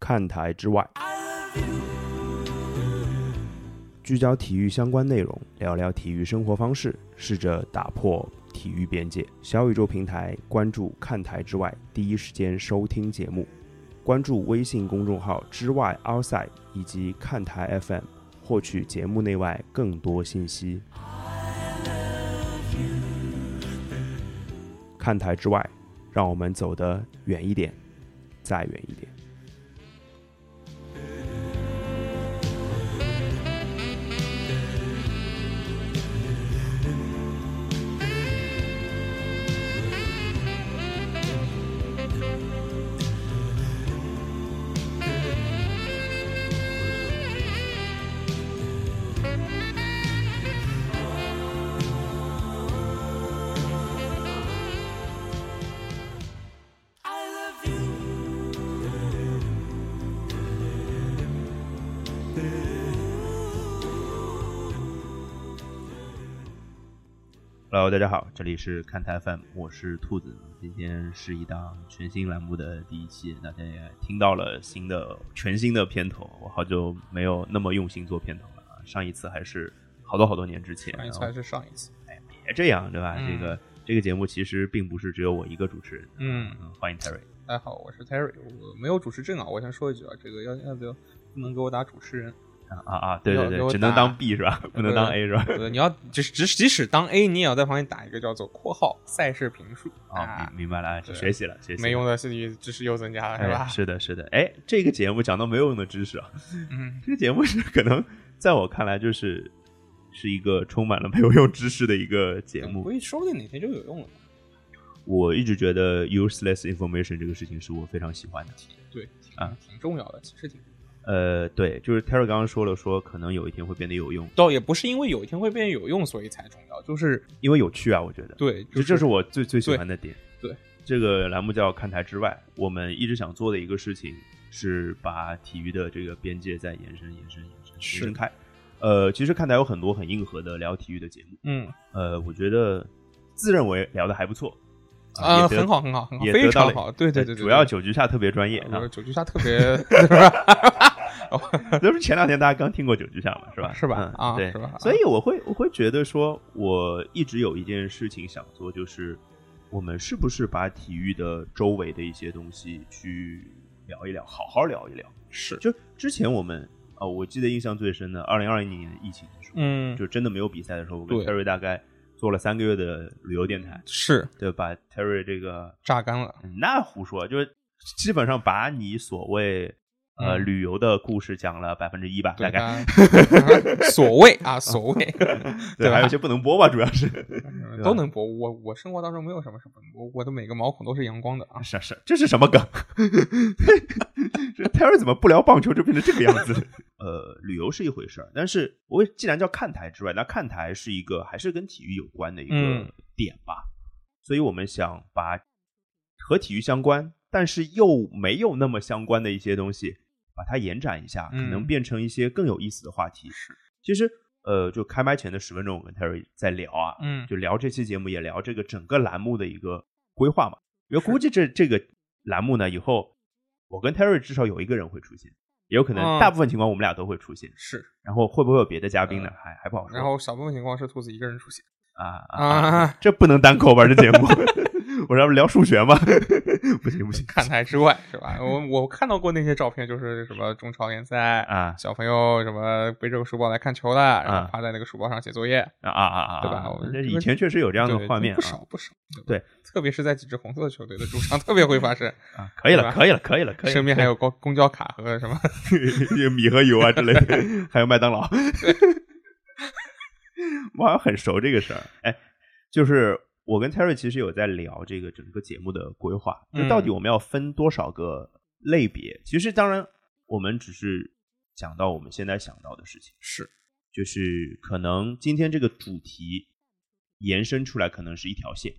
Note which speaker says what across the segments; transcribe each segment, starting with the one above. Speaker 1: 看台之外，聚焦体育相关内容，聊聊体育生活方式，试着打破体育边界。小宇宙平台关注“看台之外”，第一时间收听节目。关注微信公众号“之外 outside” 以及“看台 FM”，获取节目内外更多信息。看台之外，让我们走得远一点，再远一点。Hello，大家好，这里是看台 FM，我是兔子。今天是一档全新栏目的第一期，大家也听到了新的全新的片头。我好久没有那么用心做片头了，啊，上一次还是好多好多年之前。
Speaker 2: 上一次还是上一次，
Speaker 1: 别这样，对吧？
Speaker 2: 嗯
Speaker 1: 这个这个节目其实并不是只有我一个主持人。
Speaker 2: 嗯，
Speaker 1: 欢迎 Terry。
Speaker 2: 大家好，我是 Terry，我没有主持证啊，我先说一句啊，这个要要不要不能给我打主持人，
Speaker 1: 啊啊啊！对对
Speaker 2: 给我
Speaker 1: 对，
Speaker 2: 打
Speaker 1: 只能当 B 是 吧？不能当 A 是吧？
Speaker 2: 呃，你要就是即使即使当 A，你也要在旁边打一个叫做括号赛事评述
Speaker 1: 哦，
Speaker 2: 啊，
Speaker 1: 明明白了，啊
Speaker 2: 对
Speaker 1: 学习了，学习了
Speaker 2: 没用的是知识又增加了是
Speaker 1: 哎，
Speaker 2: 吧？
Speaker 1: 是的，是的。哎，这个节目讲到没有用的知识啊，
Speaker 2: 嗯，
Speaker 1: 这个节目是可能在我看来就是是一个充满了没有用知识的一个节
Speaker 2: 估
Speaker 1: 目。
Speaker 2: 计嗯说不定哪天就有用了。
Speaker 1: 我一直觉得 useless information 这个事情是我非常喜欢的。
Speaker 2: 对，挺
Speaker 1: 啊
Speaker 2: 挺重要的，其实挺，
Speaker 1: 呃，对，就是 Terry 刚刚说了，说可能有一天会变得有用，
Speaker 2: 倒也不是因为有一天会变有用所以才重要，就是
Speaker 1: 因为有趣啊，我觉得。
Speaker 2: 对，
Speaker 1: 就
Speaker 2: 就
Speaker 1: 这是我最最喜欢的点。
Speaker 2: 对对
Speaker 1: 这个栏目叫“看台之外”，我们一直想做的一个事情是把体育的这个边界再延伸、延伸、延伸、
Speaker 2: 是
Speaker 1: 延伸开。呃，其实看台有很多很硬核的聊体育的节目，
Speaker 2: 嗯
Speaker 1: 呃，我觉得自认为聊的还不错
Speaker 2: 啊，
Speaker 1: 也得
Speaker 2: 很好很好很好，
Speaker 1: 也
Speaker 2: 非
Speaker 1: 得到
Speaker 2: 常
Speaker 1: 了呃
Speaker 2: 好，对对对，对
Speaker 1: 主要
Speaker 2: 对
Speaker 1: 九局下特别专业
Speaker 2: 哎我
Speaker 1: 啊
Speaker 2: 说。九局下特别 是吧？
Speaker 1: 这不是前两天大家刚听过九局下嘛，是吧？
Speaker 2: 是吧
Speaker 1: 嗯、
Speaker 2: 啊
Speaker 1: 对
Speaker 2: 是吧啊
Speaker 1: 所以我会我会觉得说，我一直有一件事情想做，就是我们是不是把体育的周围的一些东西去聊一聊，好好聊一聊。
Speaker 2: 是，
Speaker 1: 就之前我们啊、呃我记得印象最深的，二零二一年疫情的时候，
Speaker 2: 嗯，
Speaker 1: 就真的没有比赛的时候，我跟
Speaker 2: 对
Speaker 1: Terry 大概做了三个月的旅游电台，
Speaker 2: 是
Speaker 1: 对，把 Terry 这个
Speaker 2: 榨干了。
Speaker 1: 嗯那胡说，就是基本上把你所谓呃、
Speaker 2: 嗯
Speaker 1: 旅游的故事讲了百分之一吧，
Speaker 2: 对
Speaker 1: 大
Speaker 2: 啊
Speaker 1: 概。嗯
Speaker 2: 吧？所谓 啊，所谓
Speaker 1: 对，
Speaker 2: 吧
Speaker 1: 还有一些不能播吧，主要是吧
Speaker 2: 都能播。我我生活当中没有什么是不能播，我的每个毛孔都是阳光的啊。
Speaker 1: 是是，这是什么梗？ 这 Terry 怎么不聊棒球就变成这个样子？ 呃，旅游是一回事儿，但是我既然叫看台之外，那看台是一个还是跟体育有关的一个
Speaker 2: 嗯
Speaker 1: 点吧，所以我们想把和体育相关，但是又没有那么相关的一些东西，把它延展一下，可能
Speaker 2: 嗯
Speaker 1: 变成一些更有意思的话题。
Speaker 2: 是，
Speaker 1: 其实呃，就开麦前的十分钟，我跟 Terry 在聊啊，
Speaker 2: 嗯，
Speaker 1: 就聊这期节目，也聊这个整个栏目的一个规划嘛。因为估计这这个栏目呢，以后我跟 Terry 至少有一个人会出现，也有可能
Speaker 2: 嗯
Speaker 1: 大部分情况我们俩都会出现。
Speaker 2: 是。
Speaker 1: 然后会不会有别的嘉宾呢？还还不好说。
Speaker 2: 嗯然后小部分情况是兔子一个人出现
Speaker 1: 啊啊，啊
Speaker 2: 啊，
Speaker 1: 这不能单口吧？这节目， 我让他们聊数学吗？ 不行不行，
Speaker 2: 看台之外是吧？我我看到过那些照片，就是什么中超联赛。
Speaker 1: 啊
Speaker 2: 小朋友什么背着个书包来看球的，然后趴在那个书包上写作业，
Speaker 1: 啊啊啊！啊
Speaker 2: 对吧我
Speaker 1: 那以前确实有这样的
Speaker 2: 对
Speaker 1: 画面
Speaker 2: 不
Speaker 1: 啊
Speaker 2: 少不少，
Speaker 1: 对
Speaker 2: 吧，特别是在几支红色球队的主场，特别会发生。
Speaker 1: 啊，可以
Speaker 2: 对
Speaker 1: 了，
Speaker 2: 吧
Speaker 1: 可以了，可以了，可以了。
Speaker 2: 身边还有公公交卡和什么
Speaker 1: 有米和油啊之类的， 还有麦当劳。我好像很熟这个事儿。哎，就是我跟 Terry 其实有在聊这个整个节目的规划，就
Speaker 2: 嗯
Speaker 1: 到底我们要分多少个类别？其实当然，我们只是讲到我们现在想到的事情，
Speaker 2: 是
Speaker 1: 就是可能今天这个主题延伸出来，可能是一条线，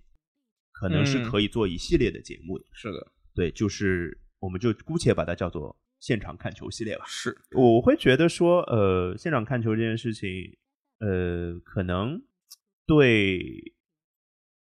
Speaker 1: 可能是
Speaker 2: 嗯
Speaker 1: 可以做一系列的节目的。
Speaker 2: 是的，
Speaker 1: 对，就是我们就姑且把它叫做现场看球系列吧。
Speaker 2: 是
Speaker 1: 我会觉得说，呃，现场看球这件事情，呃，可能对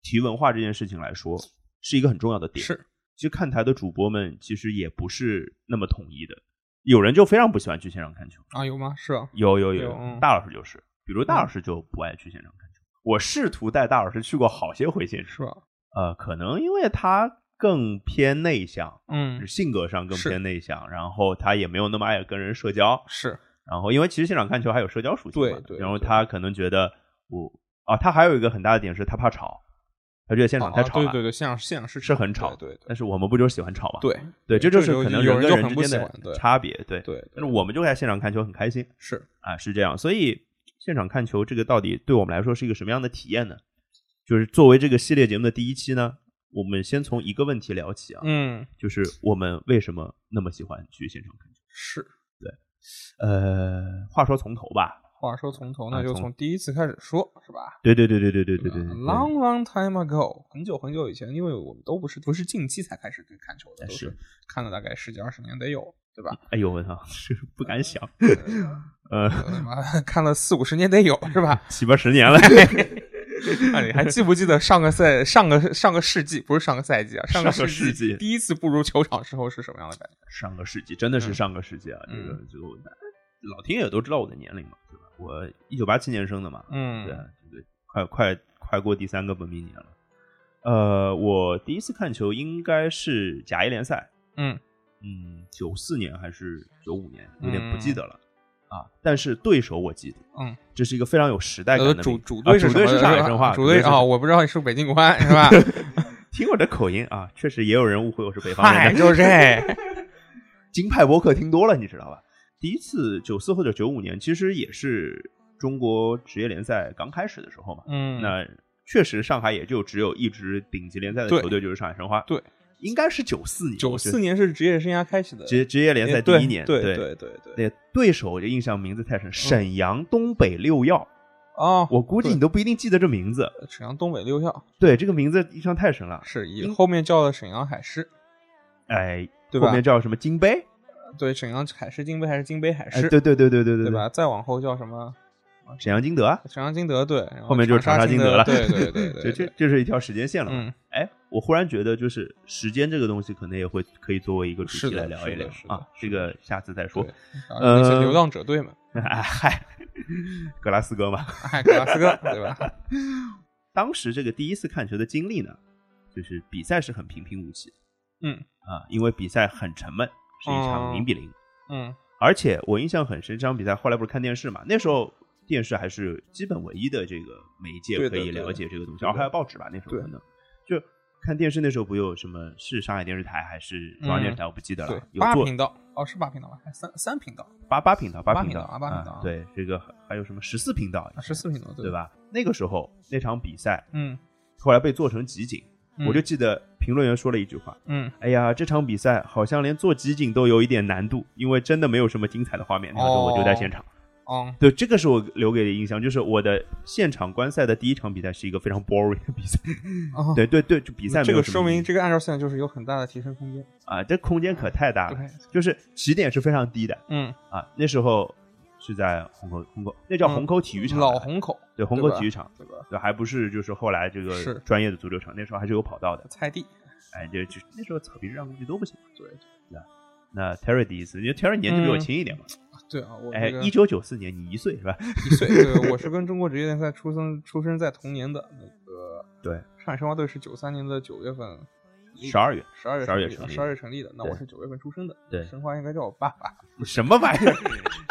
Speaker 1: 体育文化这件事情来说是一个很重要的点。，
Speaker 2: 是
Speaker 1: 其实看台的主播们其实也不是那么统一的，有人就非常不喜欢去现场看球，
Speaker 2: 啊，有吗？是啊，
Speaker 1: 有有有，
Speaker 2: 有嗯
Speaker 1: 大老师就是，比如大老师就不爱去现场看球。我试图带大老师去过好些回现场，
Speaker 2: 是吧？
Speaker 1: 呃，可能因为他更偏内向，
Speaker 2: 嗯，
Speaker 1: 性格上更
Speaker 2: 是
Speaker 1: 偏内向，然后他也没有那么爱跟人社交，
Speaker 2: 是
Speaker 1: 然后因为其实现场看球还有社交属性嘛，
Speaker 2: 对对
Speaker 1: 然后
Speaker 2: 对
Speaker 1: 他可能觉得我啊，他还有一个很大的点是他怕吵，他觉得现场太
Speaker 2: 啊，
Speaker 1: 吵了，
Speaker 2: 对对对，现场现场是
Speaker 1: 是很吵
Speaker 2: 对对
Speaker 1: 但是我们不就是喜欢吵嘛，
Speaker 2: 对
Speaker 1: 对，这就是
Speaker 2: 这个
Speaker 1: 可能
Speaker 2: 有
Speaker 1: 人
Speaker 2: 人
Speaker 1: 跟
Speaker 2: 就
Speaker 1: 人
Speaker 2: 很
Speaker 1: 之
Speaker 2: 不
Speaker 1: 间
Speaker 2: 喜
Speaker 1: 的
Speaker 2: 欢对
Speaker 1: 差别，对。
Speaker 2: 对对，
Speaker 1: 但是我们就在现场看球很开心
Speaker 2: 是
Speaker 1: 啊，是这样，所以现场看球这个到底对我们来说是一个什么样的体验呢？就是作为这个系列节目的第一期呢，我们先从一个问题聊起啊，
Speaker 2: 嗯
Speaker 1: 就是我们为什么那么喜欢去现场看球？
Speaker 2: 是。
Speaker 1: 呃，话说从头吧，
Speaker 2: 话说从头，
Speaker 1: 啊
Speaker 2: 那就
Speaker 1: 从
Speaker 2: 从第一次开始说，是吧？
Speaker 1: 对对对对对对对
Speaker 2: 对吧
Speaker 1: 对对
Speaker 2: Long long time ago，很久很久以前，因为我们都不是不是近期才开始对看球的，都
Speaker 1: 哎是
Speaker 2: 是看了大概十几二十年得有，对吧？
Speaker 1: 哎呦我操，是不敢想，呃，
Speaker 2: 呃他妈看了四五十年得有，是 吧？
Speaker 1: 七八十年了，
Speaker 2: 啊，你还记不记得上个赛上个上个世纪不是上个赛季啊，上
Speaker 1: 个
Speaker 2: 世
Speaker 1: 世纪
Speaker 2: 第一次步入球场时候是什么样的感觉？
Speaker 1: 上个世纪真的是
Speaker 2: 嗯
Speaker 1: 上个世纪啊，这个
Speaker 2: 嗯
Speaker 1: 就老听也都知道我的年龄嘛，对吧？我一九八七年生的嘛，
Speaker 2: 嗯，
Speaker 1: 对啊对，快快快过第三个本命年了。呃，我第一次看球应该是甲 A 联赛，
Speaker 2: 嗯
Speaker 1: 嗯，九四年还是九五年，有点不记得了、啊。但是对手我记得，
Speaker 2: 嗯，
Speaker 1: 这是一个非常有时代感
Speaker 2: 呃，
Speaker 1: 的名
Speaker 2: 主
Speaker 1: 字
Speaker 2: 主
Speaker 1: 啊
Speaker 2: 队
Speaker 1: 主
Speaker 2: 什
Speaker 1: 队
Speaker 2: 么
Speaker 1: 是
Speaker 2: 呃的
Speaker 1: 上海
Speaker 2: 吧
Speaker 1: 申花，
Speaker 2: 主队
Speaker 1: 是
Speaker 2: 啊，我不知道你是不是北京国安是吧？
Speaker 1: 听我的口音啊，确实也有人误会我是北方
Speaker 2: 嗨，
Speaker 1: 人的。
Speaker 2: 就这，
Speaker 1: 京派博客听多了，你知道吧？第一次九四或者九五年，其实也是中国职业联赛刚开始的时候嘛。
Speaker 2: 嗯，
Speaker 1: 那确实上海也就只有一支顶级联赛的
Speaker 2: 对
Speaker 1: 球队，就是上海申花。
Speaker 2: 对，
Speaker 1: 应该是九四年，
Speaker 2: 九
Speaker 1: 我觉得
Speaker 2: 四年是职业生涯开始的呃
Speaker 1: 职职业联赛第一年，
Speaker 2: 对
Speaker 1: 对
Speaker 2: 对对对，
Speaker 1: 那对手我就印象名字太深，沈阳东北六耀，
Speaker 2: 哦，
Speaker 1: 我估计
Speaker 2: 对
Speaker 1: 你都不一定记得这名字。
Speaker 2: 沈阳东北六校
Speaker 1: 对，这个名字印象太深了。
Speaker 2: 是以
Speaker 1: 应
Speaker 2: 后面叫了沈阳海狮，
Speaker 1: 哎，
Speaker 2: 对
Speaker 1: 后
Speaker 2: 吧
Speaker 1: 面？叫什么金杯？
Speaker 2: 对，沈阳海狮金杯还是金杯海
Speaker 1: 哎，
Speaker 2: 狮，
Speaker 1: 对对对对对
Speaker 2: 对
Speaker 1: 对，
Speaker 2: 吧？再往后叫什么？
Speaker 1: 沈阳金德啊，
Speaker 2: 沈阳金德对，然
Speaker 1: 后面就是
Speaker 2: 长
Speaker 1: 沙
Speaker 2: 金
Speaker 1: 德了。
Speaker 2: 对对 对对，
Speaker 1: 这这
Speaker 2: 对
Speaker 1: 这是一条时间线了嘛。
Speaker 2: 嗯，
Speaker 1: 哎，我忽然觉得，就是时间这个东西，可能也会可以作为一个主
Speaker 2: 是
Speaker 1: 题
Speaker 2: 的
Speaker 1: 来聊一
Speaker 2: 是的
Speaker 1: 聊
Speaker 2: 是的
Speaker 1: 啊。这个下次再说
Speaker 2: 对。然后那些
Speaker 1: 呃
Speaker 2: 流浪者队嘛，
Speaker 1: 哎嗨，格拉斯哥嘛。
Speaker 2: 哎，格拉斯哥对吧？
Speaker 1: 当时这个第一次看球的经历呢，就是比赛是很平平无奇
Speaker 2: 嗯
Speaker 1: 啊，因为比赛很沉闷，是一场
Speaker 2: 哦
Speaker 1: 零比零。
Speaker 2: 嗯
Speaker 1: 而且我印象很深，这场比赛后来不是看电视嘛，那时候电视还是基本唯一的这个媒介
Speaker 2: 对
Speaker 1: 可
Speaker 2: 的
Speaker 1: 以
Speaker 2: 对的
Speaker 1: 了解这个东西，
Speaker 2: 对
Speaker 1: 哦，
Speaker 2: 的
Speaker 1: 还有报纸吧，那时候
Speaker 2: 对
Speaker 1: 可能就看电视，那时候不有什么是上海电视台还是中央电视台，我不记得了，
Speaker 2: 嗯对，
Speaker 1: 啊有
Speaker 2: 八
Speaker 1: 做
Speaker 2: 频道哦是八频道吧？还是三三频道
Speaker 1: 八八频道，
Speaker 2: 八
Speaker 1: 频
Speaker 2: 频
Speaker 1: 道
Speaker 2: 道啊八频道
Speaker 1: 啊
Speaker 2: 啊
Speaker 1: 对，这个还有什么十四频道
Speaker 2: 啊，十四频道
Speaker 1: 对
Speaker 2: 吧？
Speaker 1: 吧？那个时候那场比赛
Speaker 2: 嗯，
Speaker 1: 后来被做成集锦，
Speaker 2: 嗯
Speaker 1: 我就记得评论员说了一句话。
Speaker 2: 嗯
Speaker 1: 哎呀，这场比赛好像连做集锦都有一点难度，因为真的没有什么精彩的画面。那个时候我就在现场，
Speaker 2: 哦
Speaker 1: 对，这个是我留给的印象，就是我的现场观赛的第一场比赛是一个非常 boring 的比赛。
Speaker 2: 哦，
Speaker 1: 对对对，就比赛没
Speaker 2: 这
Speaker 1: 有
Speaker 2: 个
Speaker 1: 什么
Speaker 2: 说
Speaker 1: 意义
Speaker 2: 明这个按照现在就是有很大的提升空间。
Speaker 1: 啊，这空间可太大了，
Speaker 2: 对，
Speaker 1: 就是起点是非常低的
Speaker 2: 嗯，
Speaker 1: 啊。那时候是在虹口，虹口那叫
Speaker 2: 嗯
Speaker 1: 虹口体育场，
Speaker 2: 老虹口
Speaker 1: 对虹口
Speaker 2: 对吧
Speaker 1: 体育场，
Speaker 2: 对吧？
Speaker 1: 对，还不是就是后来这个
Speaker 2: 是
Speaker 1: 专业的足球场，那时候还是有跑道的。
Speaker 2: 菜地
Speaker 1: 哎，就就那时候草皮让过去都不行。
Speaker 2: 对
Speaker 1: 对吧，那 Terry 第一次，因为 Terry 年纪比我轻一点嘛，
Speaker 2: 对啊，我
Speaker 1: 哎
Speaker 2: 这，个
Speaker 1: 一九九四年，你一岁是吧？
Speaker 2: 一岁，对，我是跟中国职业联赛出生出生在同年的那个
Speaker 1: 对，
Speaker 2: 上海申花队是九三年的九月份，
Speaker 1: 十二月，
Speaker 2: 十二
Speaker 1: 12
Speaker 2: 月
Speaker 1: 月成立的
Speaker 2: 十二月成立的，那
Speaker 1: 对
Speaker 2: 我是九月份出生的，
Speaker 1: 对
Speaker 2: 申花应该叫我爸爸，
Speaker 1: 什么玩意 儿？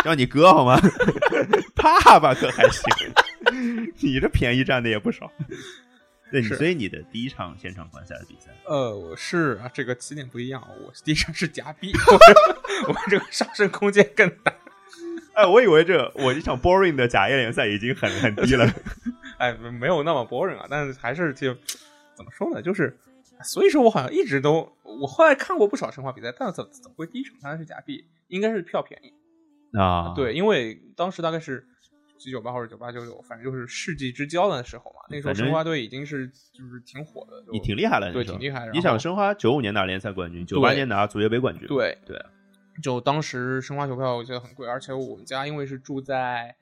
Speaker 1: 叫你哥好吗？ 爸爸可还行， 你这便宜占的也不少。对，你
Speaker 2: 是
Speaker 1: 所以你的第一场现场观赛的比赛，
Speaker 2: 呃，我是啊，这个起点不一样，我第一场是夹逼， 我我这个上升空间更大，
Speaker 1: 哎，我以为这我这场 boring 的甲 A 联赛已经很很低 了。
Speaker 2: 哎，没有那么 boring 啊，但是还是就怎么说呢，就是。所以说我好像一直都，我后来看过不少申花比赛，但是怎怎么会第一场看的是夹币？应该是票便宜，
Speaker 1: 啊，
Speaker 2: 对，，因为当时大概是九九八或者九八九九，反正就是世纪之交的时候嘛。那时
Speaker 1: 反
Speaker 2: 候
Speaker 1: 正
Speaker 2: 申花队已经是就是挺火的，就
Speaker 1: 你挺厉害了，
Speaker 2: 对
Speaker 1: 那时候
Speaker 2: 挺厉害然后
Speaker 1: 你想申花九五年拿联赛冠军，九八年拿足协杯冠军，
Speaker 2: 对
Speaker 1: 对啊，
Speaker 2: 就当时申花球票我觉得很贵，而且我们家因为是住在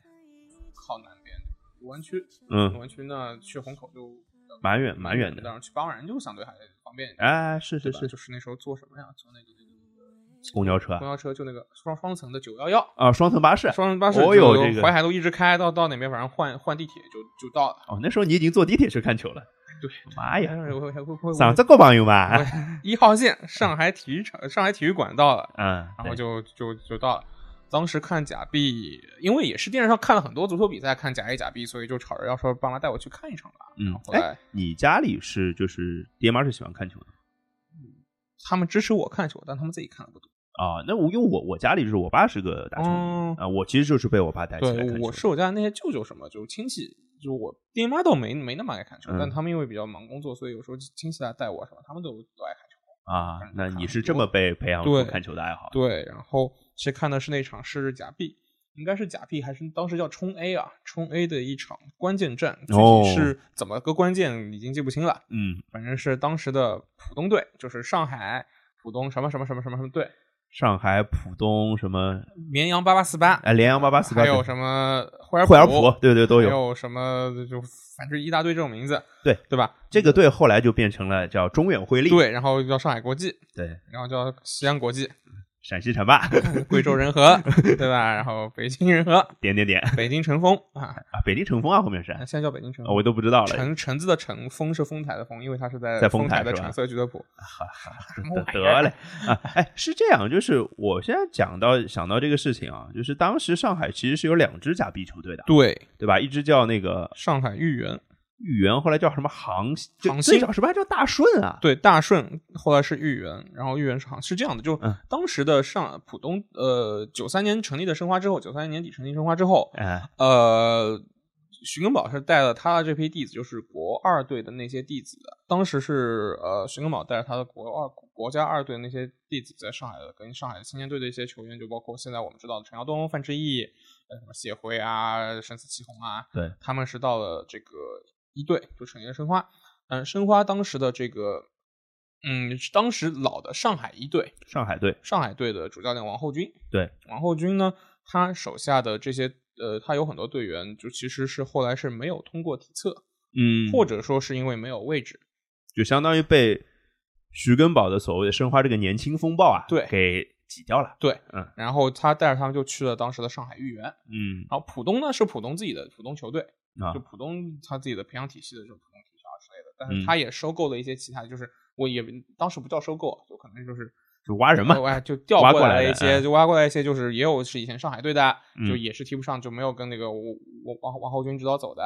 Speaker 2: 靠南边卢湾区，卢
Speaker 1: 嗯
Speaker 2: 湾区那去虹口就呃
Speaker 1: 蛮远蛮远的。
Speaker 2: 但是去八万人就相对还方便一点。
Speaker 1: 哎，是是
Speaker 2: 对吧
Speaker 1: 是，
Speaker 2: 就是那时候坐什么呀？坐那个那个那个
Speaker 1: 公交车
Speaker 2: 公
Speaker 1: 啊
Speaker 2: 交车，就那个双双层的九幺幺，
Speaker 1: 啊，双层巴士。
Speaker 2: 双层巴士，
Speaker 1: 哦哟这个
Speaker 2: 淮海路一直开到到哪边，反正换换地铁就就到了。
Speaker 1: 哦，那时候你已经坐地铁去看球了。
Speaker 2: 对，
Speaker 1: 妈哎呀，
Speaker 2: 我我我我
Speaker 1: 嗓子够棒用吧？
Speaker 2: 一号线上海体育场、上海体育馆到了，
Speaker 1: 嗯，
Speaker 2: 然后
Speaker 1: 对
Speaker 2: 就就就到了。当时看假币，因为也是电视上看了很多足球比赛，看甲 A、甲 B，所以就吵着要说爸妈带我去看一场吧。
Speaker 1: 嗯
Speaker 2: 后，来
Speaker 1: 哎，你家里是就是爹妈是喜欢看球的
Speaker 2: 他们支持我看球，但他们自己看的不多。
Speaker 1: 啊？那我因为我我家里就是我爸是个打球迷
Speaker 2: 嗯，
Speaker 1: 啊，我其实就是被我爸带起来看球
Speaker 2: 对，
Speaker 1: 的。
Speaker 2: 我是我家那些舅舅什么，就亲戚，就我爹妈倒没没那么爱看球，
Speaker 1: 嗯
Speaker 2: 但他们因为比较忙工作，所以有时候亲戚来带我什么，他们都都爱看球。
Speaker 1: 啊
Speaker 2: 看，
Speaker 1: 那
Speaker 2: 看
Speaker 1: 你
Speaker 2: 很
Speaker 1: 是这
Speaker 2: 多
Speaker 1: 么被培养出
Speaker 2: 对
Speaker 1: 看球的爱好？
Speaker 2: 对，然后其实看的是那场是假币，应该是假币还是当时叫冲 A 啊？冲 A 的一场关键战，具
Speaker 1: 哦
Speaker 2: 体是怎么个关键已经记不清了，
Speaker 1: 嗯，
Speaker 2: 反正是当时的浦东队，就是上海浦东什么什么什么什么什么队，
Speaker 1: 上海浦东什么
Speaker 2: 绵阳八八四八，
Speaker 1: 哎，联阳八八四八，
Speaker 2: 还有什么惠
Speaker 1: 惠
Speaker 2: 尔
Speaker 1: 而浦，对对都
Speaker 2: 还
Speaker 1: 有。
Speaker 2: 有什么就反正一大堆这种名字，
Speaker 1: 对
Speaker 2: 对吧？
Speaker 1: 这个队后来就变成了叫中远汇力，
Speaker 2: 对，然后叫上海国际，
Speaker 1: 对，
Speaker 2: 然后叫西安国际，
Speaker 1: 陕西浐 灞
Speaker 2: 贵州仁和，对吧？然后北京仁和，
Speaker 1: 点点点
Speaker 2: 北京晨风啊，
Speaker 1: 啊，北京成风啊，后面是，
Speaker 2: 现在叫北京晨
Speaker 1: 啊
Speaker 2: 风。
Speaker 1: 我都不知道了。
Speaker 2: 橙橙子的橙，风是丰台的风，因为它是在
Speaker 1: 在丰
Speaker 2: 丰
Speaker 1: 台
Speaker 2: 台的
Speaker 1: 是吧啊
Speaker 2: 橙色俱乐部。哎
Speaker 1: 得得嘞啊，哎，是这样，就是我现在讲到想到这个事情啊，就是当时上海其实是有两支假币球队的，
Speaker 2: 对，
Speaker 1: 对吧？一支叫那个
Speaker 2: 上海豫园，
Speaker 1: 豫园，后来叫什么杭，就
Speaker 2: 杭
Speaker 1: 最
Speaker 2: 新
Speaker 1: 早是不是还叫大顺啊？
Speaker 2: 对大顺，后来是豫园，然后豫园是好像是这样的，就
Speaker 1: 嗯
Speaker 2: 当时的上浦东，呃，九三年成立的申花之后，九三年年底成立申花之后，
Speaker 1: 哎，
Speaker 2: 呃，徐根宝是带了他的这批弟子，就是国二队的那些弟子。当时是呃，徐根宝带着他的国二、国家二队的那些弟子，在上海的跟上海青年队的一些球员，就包括现在我们知道的陈耀东、范志毅、呃什么谢辉啊、沈思齐红啊，
Speaker 1: 对，
Speaker 2: 他们是到了这个一队，就成立了申花。嗯，申花当时的这个，嗯，当时老的上海一队，
Speaker 1: 上海队，
Speaker 2: 上海队的主教练王厚军。
Speaker 1: 对，
Speaker 2: 王厚军呢，他手下的这些呃，他有很多队员就其实是后来是没有通过体测，
Speaker 1: 嗯，
Speaker 2: 或者说是因为没有位置。
Speaker 1: 就相当于被徐根宝的所谓的申花这个年轻风暴啊，
Speaker 2: 对
Speaker 1: 给挤掉了。
Speaker 2: 然后他带着他们就去了当时的上海豫园，
Speaker 1: 嗯
Speaker 2: 然后浦东呢是浦东自己的浦东球队，
Speaker 1: 啊
Speaker 2: 就，浦东他自己的培养体系的这种浦东体校啊之类的，但
Speaker 1: 嗯
Speaker 2: 是他也收购了一些其他，就是我也当时不叫收购啊，就可能就是
Speaker 1: 就挖人嘛。
Speaker 2: 呃哎，就调
Speaker 1: 挖
Speaker 2: 过
Speaker 1: 过
Speaker 2: 来
Speaker 1: 来
Speaker 2: 了
Speaker 1: 的
Speaker 2: 一些，
Speaker 1: 嗯
Speaker 2: 就挖过来一些，就是也有是以前上海队的，就
Speaker 1: 嗯
Speaker 2: 也是踢不上，就没有跟那个我我王王浩军指导走的，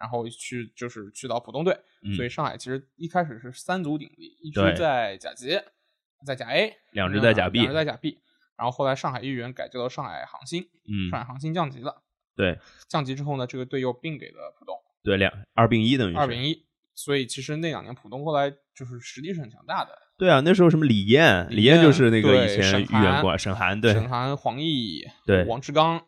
Speaker 2: 然后去就是去到浦东队，
Speaker 1: 嗯
Speaker 2: 所以上海其实一开始是三足鼎立，一支
Speaker 1: 对
Speaker 2: 在甲级，在甲 A，
Speaker 1: 两支在甲 B
Speaker 2: 两支在甲 B，然后后来上海豫园改叫到上海航星，
Speaker 1: 嗯，
Speaker 2: 上海航星降级了，
Speaker 1: 对
Speaker 2: 降级之后呢，这个队又并给了浦东
Speaker 1: 对，两二并一等于是
Speaker 2: 二比一，所以其实那两年浦东后来就是实力是很强大的，
Speaker 1: 对啊，那时候什么李艳，
Speaker 2: 李
Speaker 1: 李艳
Speaker 2: 艳
Speaker 1: 就是那个
Speaker 2: 对
Speaker 1: 以前
Speaker 2: 沈
Speaker 1: 豫园
Speaker 2: 涵
Speaker 1: 过来沈涵，对，
Speaker 2: 沈涵、黄奕、
Speaker 1: 对
Speaker 2: 王志刚。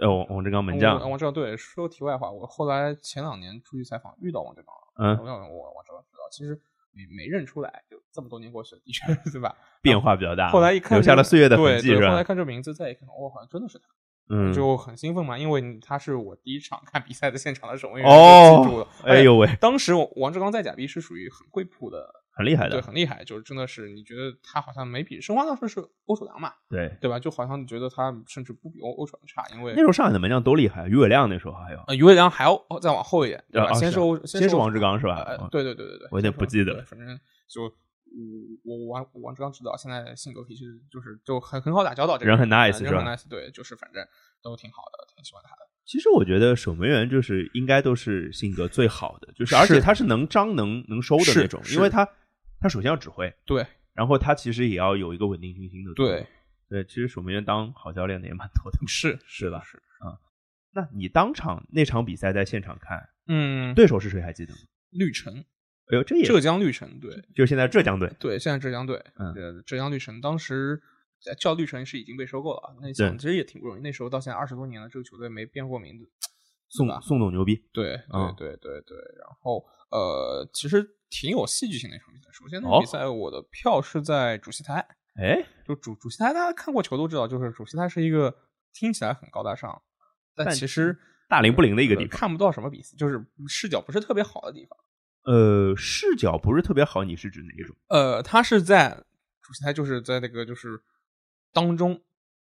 Speaker 1: 呃，王王志刚门
Speaker 2: 我
Speaker 1: 将，
Speaker 2: 王志刚对，说题外话，我后来前两年出去采访遇到王志刚了，
Speaker 1: 嗯，
Speaker 2: 我想我王志刚知道，其实没没认出来，就这么多年过去了，的确 对吧？
Speaker 1: 变化比较大，
Speaker 2: 后来一
Speaker 1: 啊
Speaker 2: 看
Speaker 1: 留
Speaker 2: 这
Speaker 1: 下
Speaker 2: 个
Speaker 1: 了岁月的痕
Speaker 2: 对
Speaker 1: 迹是
Speaker 2: 对，后来
Speaker 1: 吧？
Speaker 2: 看这名字，再一看，哦，好像真的是他，
Speaker 1: 嗯，
Speaker 2: 就很兴奋嘛，因为他是我第一场看比赛的现场的守门员，
Speaker 1: 哦
Speaker 2: 就记住了。
Speaker 1: 哎呦喂，
Speaker 2: 当时我王志刚在假币是属于很会扑的，
Speaker 1: 很厉害
Speaker 2: 对，
Speaker 1: 的，
Speaker 2: 很厉害，就是真的是你觉得他好像没比申花当时是欧楚良嘛，
Speaker 1: 对。
Speaker 2: 对吧？就好像你觉得他甚至不比欧欧楚良差，因为
Speaker 1: 那时候上海的门将都厉害，啊于伟亮那时候还有，
Speaker 2: 呃，于伟良还要再往后一点，对吧？
Speaker 1: 啊
Speaker 2: 先
Speaker 1: 是
Speaker 2: 是欧，
Speaker 1: 先是
Speaker 2: 欧
Speaker 1: 王志刚是吧？
Speaker 2: 呃
Speaker 1: 哦，
Speaker 2: 对对对对对，
Speaker 1: 我有点
Speaker 2: 先
Speaker 1: 不
Speaker 2: 是
Speaker 1: 记得
Speaker 2: 对反正就嗯我我王王志刚指导，现在性格脾气就是就很很好打交道，这个
Speaker 1: 人很
Speaker 2: 呃
Speaker 1: nice 是
Speaker 2: 人很
Speaker 1: 吧
Speaker 2: nice，对，就是反正都挺好的，挺喜欢他的。
Speaker 1: 其实我觉得守门员就是应该都是性格最好的，就是而且
Speaker 2: 是
Speaker 1: 他是能张能能收的那
Speaker 2: 是
Speaker 1: 种，
Speaker 2: 是
Speaker 1: 因为他他首先要指挥，
Speaker 2: 对
Speaker 1: 然后他其实也要有一个稳定军心的作用
Speaker 2: 对，
Speaker 1: 对，其实守门员当好教练的也蛮多的，
Speaker 2: 是
Speaker 1: 是吧？
Speaker 2: 是，
Speaker 1: 那你当场那场比赛在现场看，
Speaker 2: 嗯，
Speaker 1: 对手是谁还记得吗？
Speaker 2: 绿城，
Speaker 1: 哎呦，这也
Speaker 2: 浙江绿城，对
Speaker 1: 就是现在浙江队，
Speaker 2: 对，现在浙江队，
Speaker 1: 嗯
Speaker 2: 呃，浙江绿城当时。呃叫绿城是已经被收购了啊，那
Speaker 1: 对
Speaker 2: 想其实也挺不容易。那时候到现在二十多年了，这个球队没变过名字，
Speaker 1: 宋
Speaker 2: 吧
Speaker 1: 宋总牛逼，
Speaker 2: 对
Speaker 1: 啊
Speaker 2: 对对对对，然后呃，其实挺有戏剧性的一场比赛。首先，那
Speaker 1: 哦
Speaker 2: 个比赛我的票是在主席台，
Speaker 1: 哎，
Speaker 2: 就主主席台，大家看过球都知道，就是主席台是一个听起来很高大上，但
Speaker 1: 但
Speaker 2: 其实
Speaker 1: 大灵不灵的一个地
Speaker 2: 呃
Speaker 1: 方
Speaker 2: 看不到什么比赛，就是视角不是特别好的地方。
Speaker 1: 呃，视角不是特别好，你是指哪一种？
Speaker 2: 呃，他是在主席台，就是在那个就是当中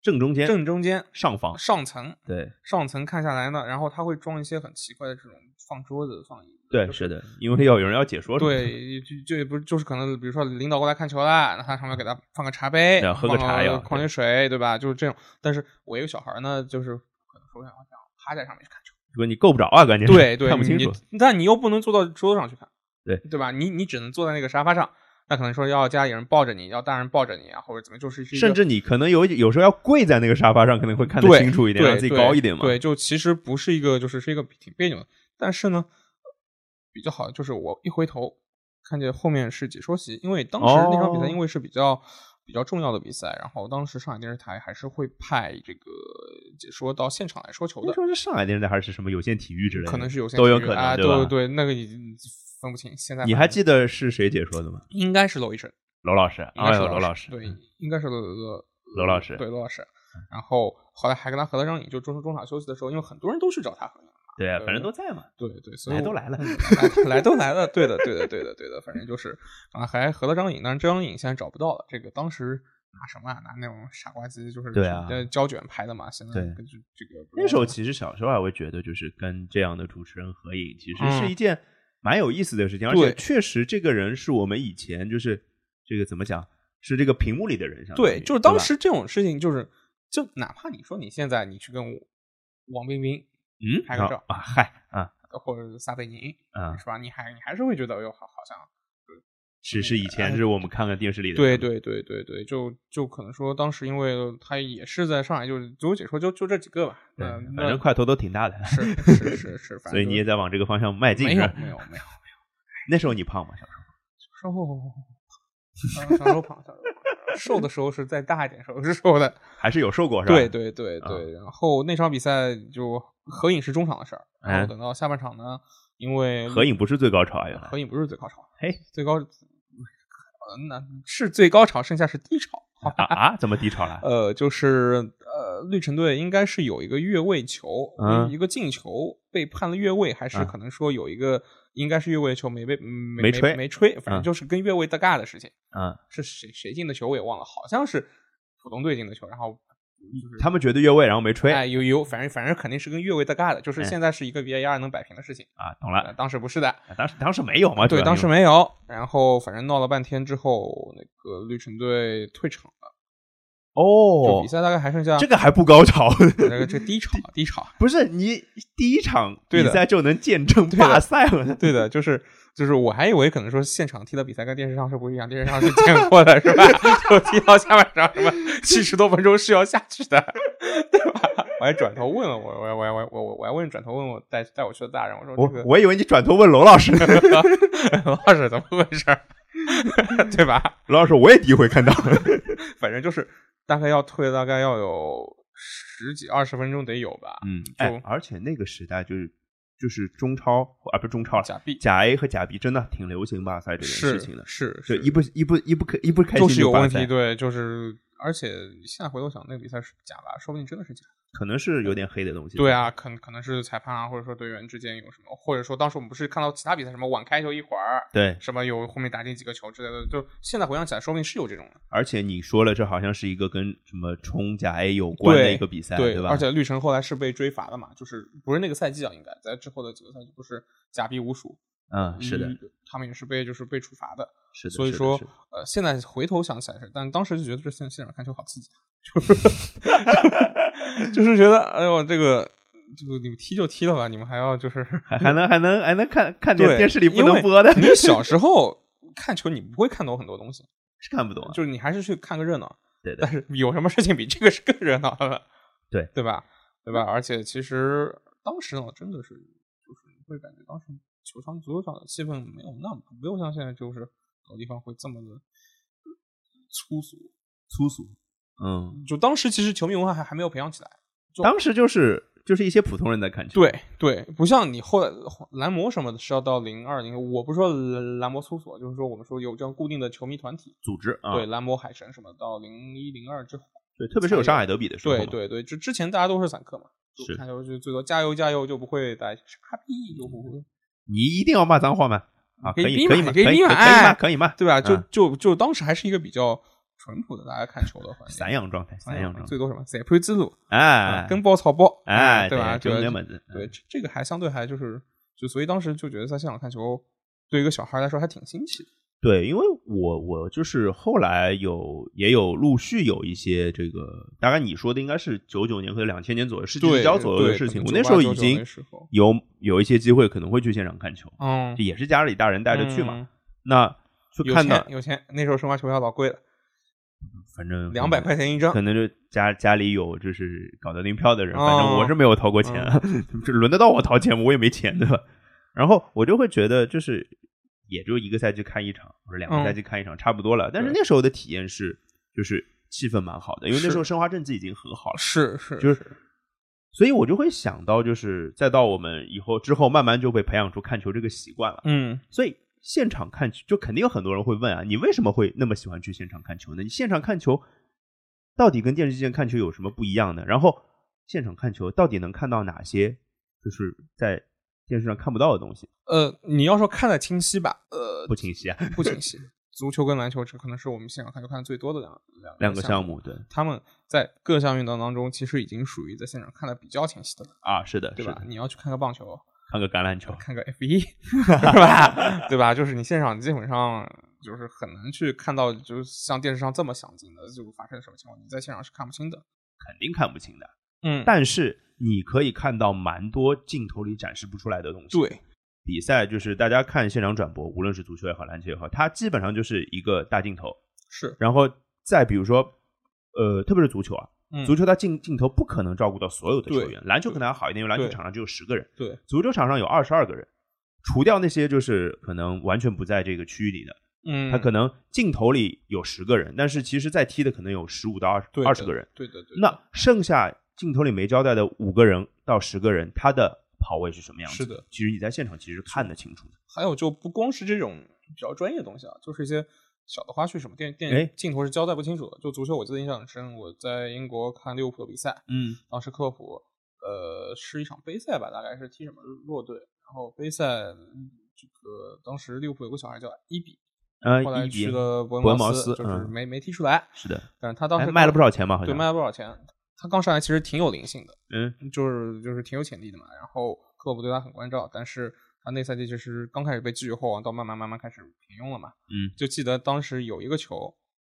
Speaker 1: 正中间，
Speaker 2: 正中间
Speaker 1: 上方，
Speaker 2: 上层
Speaker 1: 对
Speaker 2: 上层看下来呢，然后他会装一些很奇怪的这种放桌子放椅子，
Speaker 1: 对，
Speaker 2: 就是
Speaker 1: 是的，因为要有人要解说，，
Speaker 2: 对，就就也不是就是可能，比如说领导过来看球啦，那他上面给他放个茶杯，
Speaker 1: 对啊喝个
Speaker 2: 放
Speaker 1: 茶呀
Speaker 2: 矿泉水，对吧？就是这种。但是我一个小孩呢，就是可能说想想趴在上面去看球，
Speaker 1: 说你够不着啊，关键是
Speaker 2: 对对，
Speaker 1: 看不清楚，
Speaker 2: 你但你又不能坐到桌子上去看，
Speaker 1: 对
Speaker 2: 对吧？你你只能坐在那个沙发上，那可能说要家里人抱着你，要大人抱着你啊，或者怎么，就是是一个
Speaker 1: 甚至你可能有有时候要跪在那个沙发上，可能会看得
Speaker 2: 对
Speaker 1: 清楚一点，
Speaker 2: 对
Speaker 1: 让自己
Speaker 2: 对
Speaker 1: 高一点嘛。
Speaker 2: 对，就其实不是一个，就是是一个挺别扭的。但是呢，比较好的就是我一回头看见后面是解说席，因为当时那场比
Speaker 1: 哦
Speaker 2: 赛因为是比较、比较重要的比赛，然后当时上海电视台还是会派这个解说到现场来说球
Speaker 1: 那
Speaker 2: 的
Speaker 1: 时，候是上海电视台还是什么有线体育之类的，
Speaker 2: 可能是有些
Speaker 1: 都有可能，
Speaker 2: 啊，对
Speaker 1: 吧？
Speaker 2: 对，那个已经分不清。现在
Speaker 1: 你
Speaker 2: 反
Speaker 1: 还
Speaker 2: 正
Speaker 1: 记得是谁解说的吗？
Speaker 2: 应该是娄艺晨。
Speaker 1: 娄老师，
Speaker 2: 应该
Speaker 1: 哎
Speaker 2: 是
Speaker 1: 呦，
Speaker 2: 娄
Speaker 1: 娄老师，
Speaker 2: 对，应该是娄娄
Speaker 1: 娄老师
Speaker 2: 对娄老师。然后后来还跟他合了张影，就中中场休息的时候，因为很多人都去找他合影。
Speaker 1: 对啊，反正都在嘛，
Speaker 2: 对对，所以
Speaker 1: 来都
Speaker 2: 我
Speaker 1: 来了，
Speaker 2: 来来都来了，对的，对的，对的，对的，反正就是啊，还合了张影，但是这张影现在找不到了。这个当时拿什么啊？拿那种傻瓜机，就是
Speaker 1: 对啊
Speaker 2: 呃胶卷拍的嘛。现在
Speaker 1: 对
Speaker 2: 跟这这个
Speaker 1: 那时候其实小时候还会觉得，就是跟这样的主持人合影，其实是
Speaker 2: 嗯
Speaker 1: 一件蛮有意思的事情，而
Speaker 2: 对
Speaker 1: 且确实这个人是我们以前就是这个怎么讲，是这个屏幕里的人，相当于
Speaker 2: 对，就是当，
Speaker 1: 吧
Speaker 2: 时这种事情，就是就哪怕你说你现在你去跟我王冰冰
Speaker 1: 嗯，
Speaker 2: 拍个
Speaker 1: 啊
Speaker 2: 照
Speaker 1: 啊，嗨啊
Speaker 2: 或者撒贝宁
Speaker 1: 啊，
Speaker 2: 是吧？你还你还是会觉得哟，好好像
Speaker 1: 只是以前
Speaker 2: 哎
Speaker 1: 是我们看看电视里的，
Speaker 2: 对，对对对对，就就可能说当时因为他也是在上海，就是总解说就就这几个吧。
Speaker 1: 对
Speaker 2: 嗯，
Speaker 1: 反正
Speaker 2: 那
Speaker 1: 块头都挺大的，
Speaker 2: 是是是是，反正
Speaker 1: 所以你也
Speaker 2: 就
Speaker 1: 在往这个方向迈进，
Speaker 2: 没
Speaker 1: 是
Speaker 2: 有
Speaker 1: 吧
Speaker 2: 没有没有。
Speaker 1: 那时候你胖吗？小时候
Speaker 2: 瘦，小时候胖，小时候胖，瘦的时候是再大一点时候是瘦的。
Speaker 1: 还 是有瘦过是吧？啊
Speaker 2: 对对对对，然后那场比赛就合影是中场的事儿，然
Speaker 1: 哎
Speaker 2: 后等到下半场呢，因为
Speaker 1: 合影不是最高潮啊，原来
Speaker 2: 合影不是最高潮，
Speaker 1: 嘿，
Speaker 2: 最高呃那是最高潮，剩下是低潮。
Speaker 1: 啊啊，怎么低潮了？
Speaker 2: 呃，就是呃，绿城队应该是有一个越位球，
Speaker 1: 嗯
Speaker 2: 一个进球被判了越位，还是
Speaker 1: 嗯
Speaker 2: 可能说有一个应该是越位球没被嗯没
Speaker 1: 没
Speaker 2: 没
Speaker 1: 吹
Speaker 2: 没吹，反
Speaker 1: 嗯
Speaker 2: 正就是跟越位搭嘎的事情。
Speaker 1: 嗯，
Speaker 2: 是谁谁进的球我也忘了，好像是浦东队进的球，然后就是
Speaker 1: 嗯他们觉得越位，然后没吹
Speaker 2: 哎有有，反正反正肯定是跟越位搭嘎的，就是
Speaker 1: 哎
Speaker 2: 现在是一个 VAR 能摆平的事情，
Speaker 1: 啊，懂
Speaker 2: 呃
Speaker 1: 了，
Speaker 2: 当时不是的，
Speaker 1: 当时当时没有嘛，主
Speaker 2: 对，
Speaker 1: 要
Speaker 2: 当
Speaker 1: 因
Speaker 2: 时
Speaker 1: 为
Speaker 2: 没有，然后反正闹了半天之后，那个绿城队退场了，就
Speaker 1: 哦
Speaker 2: 比，赛大概还剩下
Speaker 1: 这个还不高潮，
Speaker 2: 这个这个低潮低潮，
Speaker 1: 不是你第一 场
Speaker 2: 对
Speaker 1: 比
Speaker 2: 的
Speaker 1: 赛就能见证
Speaker 2: 对的
Speaker 1: 罢赛 了，
Speaker 2: 对的，就是就是，我还以为可能说现场踢的比赛跟电视上是不一样，电视上是见过的，是吧？ 就踢到下半场什么七十多分钟是要下去的， 对吧？我还转头问了我我我我我我还问转头问我带带我去的大人，我说
Speaker 1: 我
Speaker 2: 这个
Speaker 1: 我以为你转头问娄老师，
Speaker 2: 罗 老师怎么回事儿， 对吧？
Speaker 1: 娄老师我也第一回看到，
Speaker 2: 反正就是大概要退大概要有十几二十分钟得有吧，
Speaker 1: 嗯，
Speaker 2: 就
Speaker 1: 哎，而且那个时代就是就是中超啊，不是中超了，
Speaker 2: 假币
Speaker 1: 甲 A 和甲 B 真的挺流行罢嗯赛这件事
Speaker 2: 是
Speaker 1: 情的，
Speaker 2: 是
Speaker 1: 就是一不一不一不可一不开心
Speaker 2: 就是有
Speaker 1: 罢
Speaker 2: 问
Speaker 1: 赛
Speaker 2: 题，对，就是而且现在回头想，那个比赛是假吧，说不定真的是假的。
Speaker 1: 可能是有点黑的东西，
Speaker 2: 对，啊，可能可能是裁判啊，或者说队员之间有什么，或者说当时我们不是看到其他比赛什么晚开球一会儿，
Speaker 1: 对，
Speaker 2: 什么有后面打进几个球之类的，就现在回想起来，说不定是有这种的。
Speaker 1: 而且你说了，这好像是一个跟什么冲甲 A 有关的
Speaker 2: 对
Speaker 1: 一个比赛，
Speaker 2: 对，
Speaker 1: 吧？
Speaker 2: 而且绿城后来是被追罚的嘛，就是不是那个赛季啊，应该在之后的几个赛季不是假币无数，
Speaker 1: 嗯，是的，
Speaker 2: 嗯，他们也是被就是被处罚的。
Speaker 1: 是的，
Speaker 2: 所
Speaker 1: 是
Speaker 2: 以
Speaker 1: 的
Speaker 2: 说
Speaker 1: 是的，
Speaker 2: 呃，现在回头想起来是，但当时就觉得这现现场看球好刺激，啊 就是就是觉得哎呦这个。就你们踢就踢了吧，你们还要就是
Speaker 1: 还还能还能还能看 看点
Speaker 2: 对，
Speaker 1: 电视里不
Speaker 2: 因
Speaker 1: 能
Speaker 2: 为
Speaker 1: 播的，
Speaker 2: 你 小时候看球，你不会看懂很多东西，
Speaker 1: 是看不懂啊，
Speaker 2: 就是你还是去看个热闹。
Speaker 1: 对的
Speaker 2: 但是有什么事情比这个是更热闹的？
Speaker 1: 对
Speaker 2: 对吧？对吧？而且其实当时呢，真的是就是你会感觉当时球场、足球场的气氛没有那么，没有像现在就是很多地方会这么的粗俗。
Speaker 1: 粗俗，嗯，
Speaker 2: 就当时其实球迷文化还还没有培养起来。就
Speaker 1: 当时就是就是一些普通人在看球，
Speaker 2: 对对，不像你后来蓝魔什么的是要到零二零，我不是说蓝蓝魔搜索，就是说我们说有这样固定的球迷团体，
Speaker 1: 组织啊，
Speaker 2: 对，蓝魔海神什么，到零一零二之后，
Speaker 1: 对，特别是有上海德比的时候嘛，
Speaker 2: 对对对，之之前大家都是散客嘛，
Speaker 1: 是
Speaker 2: 就
Speaker 1: 嗯
Speaker 2: 看球就最多加油加油，就不会大家傻逼，就不会
Speaker 1: 你一定要骂脏话吗？啊，
Speaker 2: 可
Speaker 1: 可
Speaker 2: 以
Speaker 1: 以
Speaker 2: 可以
Speaker 1: 以
Speaker 2: 买
Speaker 1: 嘛，
Speaker 2: 可以
Speaker 1: 可以
Speaker 2: 买
Speaker 1: 嘛，
Speaker 2: 哎
Speaker 1: 可以嘛，
Speaker 2: 对吧？就
Speaker 1: 嗯
Speaker 2: 就就当时还是一个比较淳朴的大家看球的环境，
Speaker 1: 散养状态，散养状态
Speaker 2: 最，多什么散盘之路
Speaker 1: 哎，
Speaker 2: 跟包草包，
Speaker 1: 哎，
Speaker 2: 对吧？这
Speaker 1: 就
Speaker 2: 个
Speaker 1: 那么子，
Speaker 2: 对，这这个还相对还就是就，所以当时就觉得在现场看球，对一个小孩来说还挺新奇的。
Speaker 1: 对，因为我我就是后来有也有陆续有一些这个，大概你说的应该是九九年或者两千年左右，世纪之
Speaker 2: 对，
Speaker 1: 交左右的
Speaker 2: 对
Speaker 1: 事
Speaker 2: 可
Speaker 1: 情。我
Speaker 2: 能98
Speaker 1: 时候已
Speaker 2: 99
Speaker 1: 经
Speaker 2: 那时候
Speaker 1: 有有一些机会可能会去现场看球，
Speaker 2: 嗯，
Speaker 1: 也是家里大人带着去嘛。
Speaker 2: 嗯，
Speaker 1: 那就
Speaker 2: 有
Speaker 1: 看到
Speaker 2: 钱，有钱，那时候申花球票老贵了，
Speaker 1: 反正
Speaker 2: 两百，块钱一张
Speaker 1: 可。能就家家里有就是搞得定票的人，
Speaker 2: 哦嗯
Speaker 1: 反正我是没有掏过钱， 这轮得到我掏钱吗，我也没钱，对吧？然后我就会觉得就是也就一个赛季看一场或者两个
Speaker 2: 嗯
Speaker 1: 赛季看一场差不多了，但是
Speaker 2: 对
Speaker 1: 那时候的体验是就是气氛蛮好的，因为那
Speaker 2: 是
Speaker 1: 时候申花政绩已经很好了，
Speaker 2: 是是，
Speaker 1: 就是所以我就会想到就是再到我们以后之后慢慢就会培养出看球这个习惯了。
Speaker 2: 嗯，
Speaker 1: 所以现场看球，就肯定有很多人会问啊，你为什么会那么喜欢去现场看球呢？你现场看球到底跟电视机前看球有什么不一样呢？然后现场看球到底能看到哪些就是在电视上看不到的东西？
Speaker 2: 呃，你要说看得清晰吧，呃，
Speaker 1: 不清晰啊，
Speaker 2: 不清晰。 足球跟篮球这可能是我们现场看球看的最多的两两
Speaker 1: 两
Speaker 2: 个
Speaker 1: 个
Speaker 2: 项
Speaker 1: 项。目，对
Speaker 2: 他们在各项运动当中，其实已经属于在现场看的比较清晰的了，
Speaker 1: 啊，是的，
Speaker 2: 对
Speaker 1: 是
Speaker 2: 吧？
Speaker 1: 的
Speaker 2: 你要去看个棒球，
Speaker 1: 看个橄榄球，
Speaker 2: 看个 F 一，是吧？ 对吧？就是你现场基本上就是很难去看到，就是像电视上这么详尽的，就发生什么情况，你在现场是看不清的。
Speaker 1: 肯定看不清的，
Speaker 2: 嗯
Speaker 1: 但是。你可以看到蛮多镜头里展示不出来的东西。，
Speaker 2: 对，
Speaker 1: 比赛就是大家看现场转播，无论是足球也好，篮球也好，它基本上就是一个大镜头，
Speaker 2: 是，
Speaker 1: 然后再比如说，呃，特别是足球啊，
Speaker 2: 嗯，
Speaker 1: 足球它镜镜头不可能照顾到所有的球员，篮球可能还好一点，因为篮球
Speaker 2: 对
Speaker 1: 场上只有十个人，
Speaker 2: 对，
Speaker 1: 足球场上有二十二个人，除掉那些就是可能完全不在这个区域里的，
Speaker 2: 嗯，
Speaker 1: 他可
Speaker 2: 能
Speaker 1: 能镜头里有十个人，但是其实在踢的可能有十五到二
Speaker 2: 对
Speaker 1: 二十个人，，
Speaker 2: 对的对的，
Speaker 1: 那剩下镜头里没交代的五个人到十个人，他的跑位是什么样子？
Speaker 2: 是的，
Speaker 1: 其实你在现场其实看得清楚的。
Speaker 2: 还有就不光是这种比较专业的东西啊，就是一些小的花絮什么电
Speaker 1: 哎
Speaker 2: 电镜头是交代不清楚的。就足球，我记得印象很深，我在英国看利物浦的比赛，
Speaker 1: 嗯
Speaker 2: 当时克洛普呃是一场杯赛吧，大概是踢什么弱队，然后杯赛嗯这个当时利物浦有个小孩叫伊比，
Speaker 1: 呃，
Speaker 2: 后来
Speaker 1: 一比
Speaker 2: 去了伯
Speaker 1: 伯
Speaker 2: 恩
Speaker 1: 恩茅
Speaker 2: 斯，
Speaker 1: 斯
Speaker 2: 就是
Speaker 1: 嗯
Speaker 2: 没没踢出来，
Speaker 1: 是的，
Speaker 2: 但是他当时
Speaker 1: 哎卖了不
Speaker 2: 少，
Speaker 1: 少钱吧？好像
Speaker 2: 对，卖了不少钱。他刚上来其实挺有灵性的，
Speaker 1: 嗯
Speaker 2: 就是就是挺有潜力的嘛。然后克洛普对他很关照，但是他那赛季就是刚开始被寄予厚望，到慢慢慢慢开始平庸了嘛。
Speaker 1: 嗯，
Speaker 2: 就记得当时有一个球，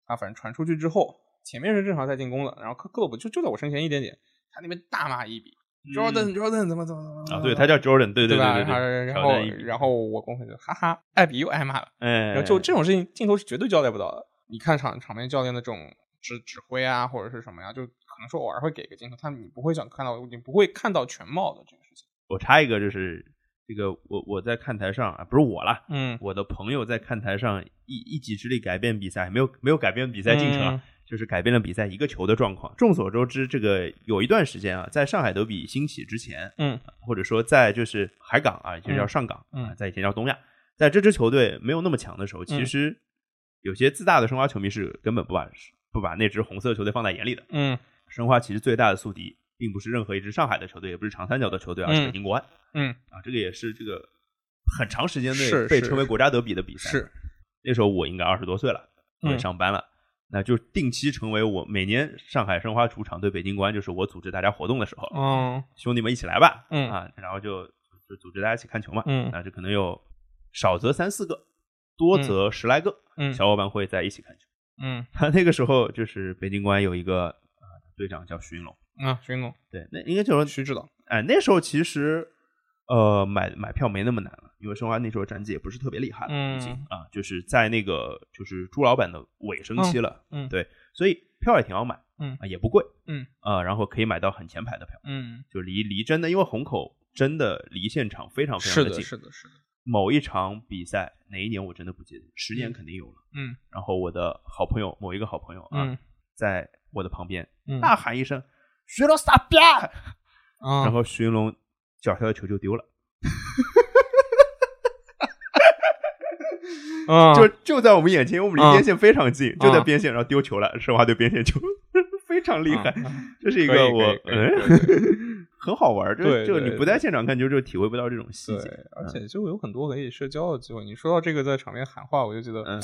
Speaker 2: 他反正传出去之后，前面是正常在进攻了，然后克克洛普就就在我身前一点点，他那边大骂一笔，Jordan
Speaker 1: 嗯
Speaker 2: Jordan 怎么怎么怎么
Speaker 1: 啊，对他叫 Jordan，对
Speaker 2: 对
Speaker 1: 对
Speaker 2: 吧？
Speaker 1: 对对，
Speaker 2: 然
Speaker 1: 乔
Speaker 2: 后
Speaker 1: 丹一
Speaker 2: 然后然后我公会就哈哈，艾比又挨骂了。
Speaker 1: 哎，
Speaker 2: 然后就这种事情，镜头是绝对交代不到的。你看场场面教练的这种指指挥啊，或者是什么呀，就可能说偶尔会给个镜头，但你不会想看到，你不会看到全貌的这个事情。
Speaker 1: 我插一个，就是这个我我在看台上啊，不是我啦，
Speaker 2: 嗯，
Speaker 1: 我的朋友在看台上一一己之力改变比赛，没有没有改变比赛进程啊，
Speaker 2: 嗯
Speaker 1: 就是改变了比赛一个球的状况。众所周知，这个有一段时间啊，在上海德比兴起之前，
Speaker 2: 嗯，
Speaker 1: 或者说在就是海港啊，就是叫上港、
Speaker 2: 嗯
Speaker 1: 啊，在以前叫东亚，在这支球队没有那么强的时候，其
Speaker 2: 嗯
Speaker 1: 实有些自大的申花球迷是根本不把不把那支红色球队放在眼里的。
Speaker 2: 嗯
Speaker 1: 申花其实最大的宿敌，并不是任何一支上海的球队，也不是长三角的球队，而啊是北京国安。
Speaker 2: 嗯，
Speaker 1: 啊，这个也是这个很长时间内
Speaker 2: 是
Speaker 1: 被
Speaker 2: 是
Speaker 1: 称为国家德比的比赛。
Speaker 2: 是，
Speaker 1: 那时候我应该二十多岁了，我也
Speaker 2: 嗯
Speaker 1: 上班了，那就定期成为我每年上海申花主场对北京国安，就是我组织大家活动的时候，
Speaker 2: 嗯
Speaker 1: 兄弟们一起来吧，
Speaker 2: 嗯
Speaker 1: 啊，然后就就组织大家一起看球嘛，
Speaker 2: 嗯
Speaker 1: 那就可能有少则三四个，多则十来个、
Speaker 2: 嗯
Speaker 1: 小伙伴会在一起看球。
Speaker 2: 嗯
Speaker 1: 他那个时候就是北京国安有一个呃队长叫徐云龙。
Speaker 2: 啊，徐云龙、
Speaker 1: 对，那应该就是说
Speaker 2: 徐指导，
Speaker 1: 哎，那时候其实呃买买票没那么难了，因为申花那时候战绩也不是特别厉害了，已经
Speaker 2: 嗯
Speaker 1: 啊，就是在那个就是朱老板的尾声期了，
Speaker 2: 嗯
Speaker 1: 对，所以票也挺好买，
Speaker 2: 嗯
Speaker 1: 啊也不贵，
Speaker 2: 嗯
Speaker 1: 啊，然后可以买到很前排的票，
Speaker 2: 嗯，
Speaker 1: 就离离真的，因为虹口真的离现场非常非
Speaker 2: 是
Speaker 1: 常地
Speaker 2: 的，
Speaker 1: 近，
Speaker 2: 是的，是的，
Speaker 1: 某一场比赛哪一年我真的不记得，十年
Speaker 2: 嗯
Speaker 1: 肯定有了，
Speaker 2: 嗯
Speaker 1: 然后我的好朋友某一个好朋友啊，
Speaker 2: 嗯
Speaker 1: 在我的旁边
Speaker 2: 嗯
Speaker 1: 大喊一声。学了傻逼啊！
Speaker 2: 啊，
Speaker 1: 然后徐云龙脚下的球就丢了，
Speaker 2: 啊，
Speaker 1: 就就在我们眼前，因为我们离
Speaker 2: 啊
Speaker 1: 边线非常近，
Speaker 2: 啊
Speaker 1: 就在边线，然后丢球了，申花队边线球 非常厉害
Speaker 2: 啊，啊
Speaker 1: 这是一
Speaker 2: 可
Speaker 1: 个
Speaker 2: 以
Speaker 1: 我
Speaker 2: 可以可以可以
Speaker 1: 嗯， 很好玩，就
Speaker 2: 对
Speaker 1: 就
Speaker 2: 对
Speaker 1: 你不在现场看，就就体会不到这种细
Speaker 2: 对
Speaker 1: 节。，
Speaker 2: 而且就有很多可以社交的机会。你说到这个在场边喊话，我就记得，
Speaker 1: 嗯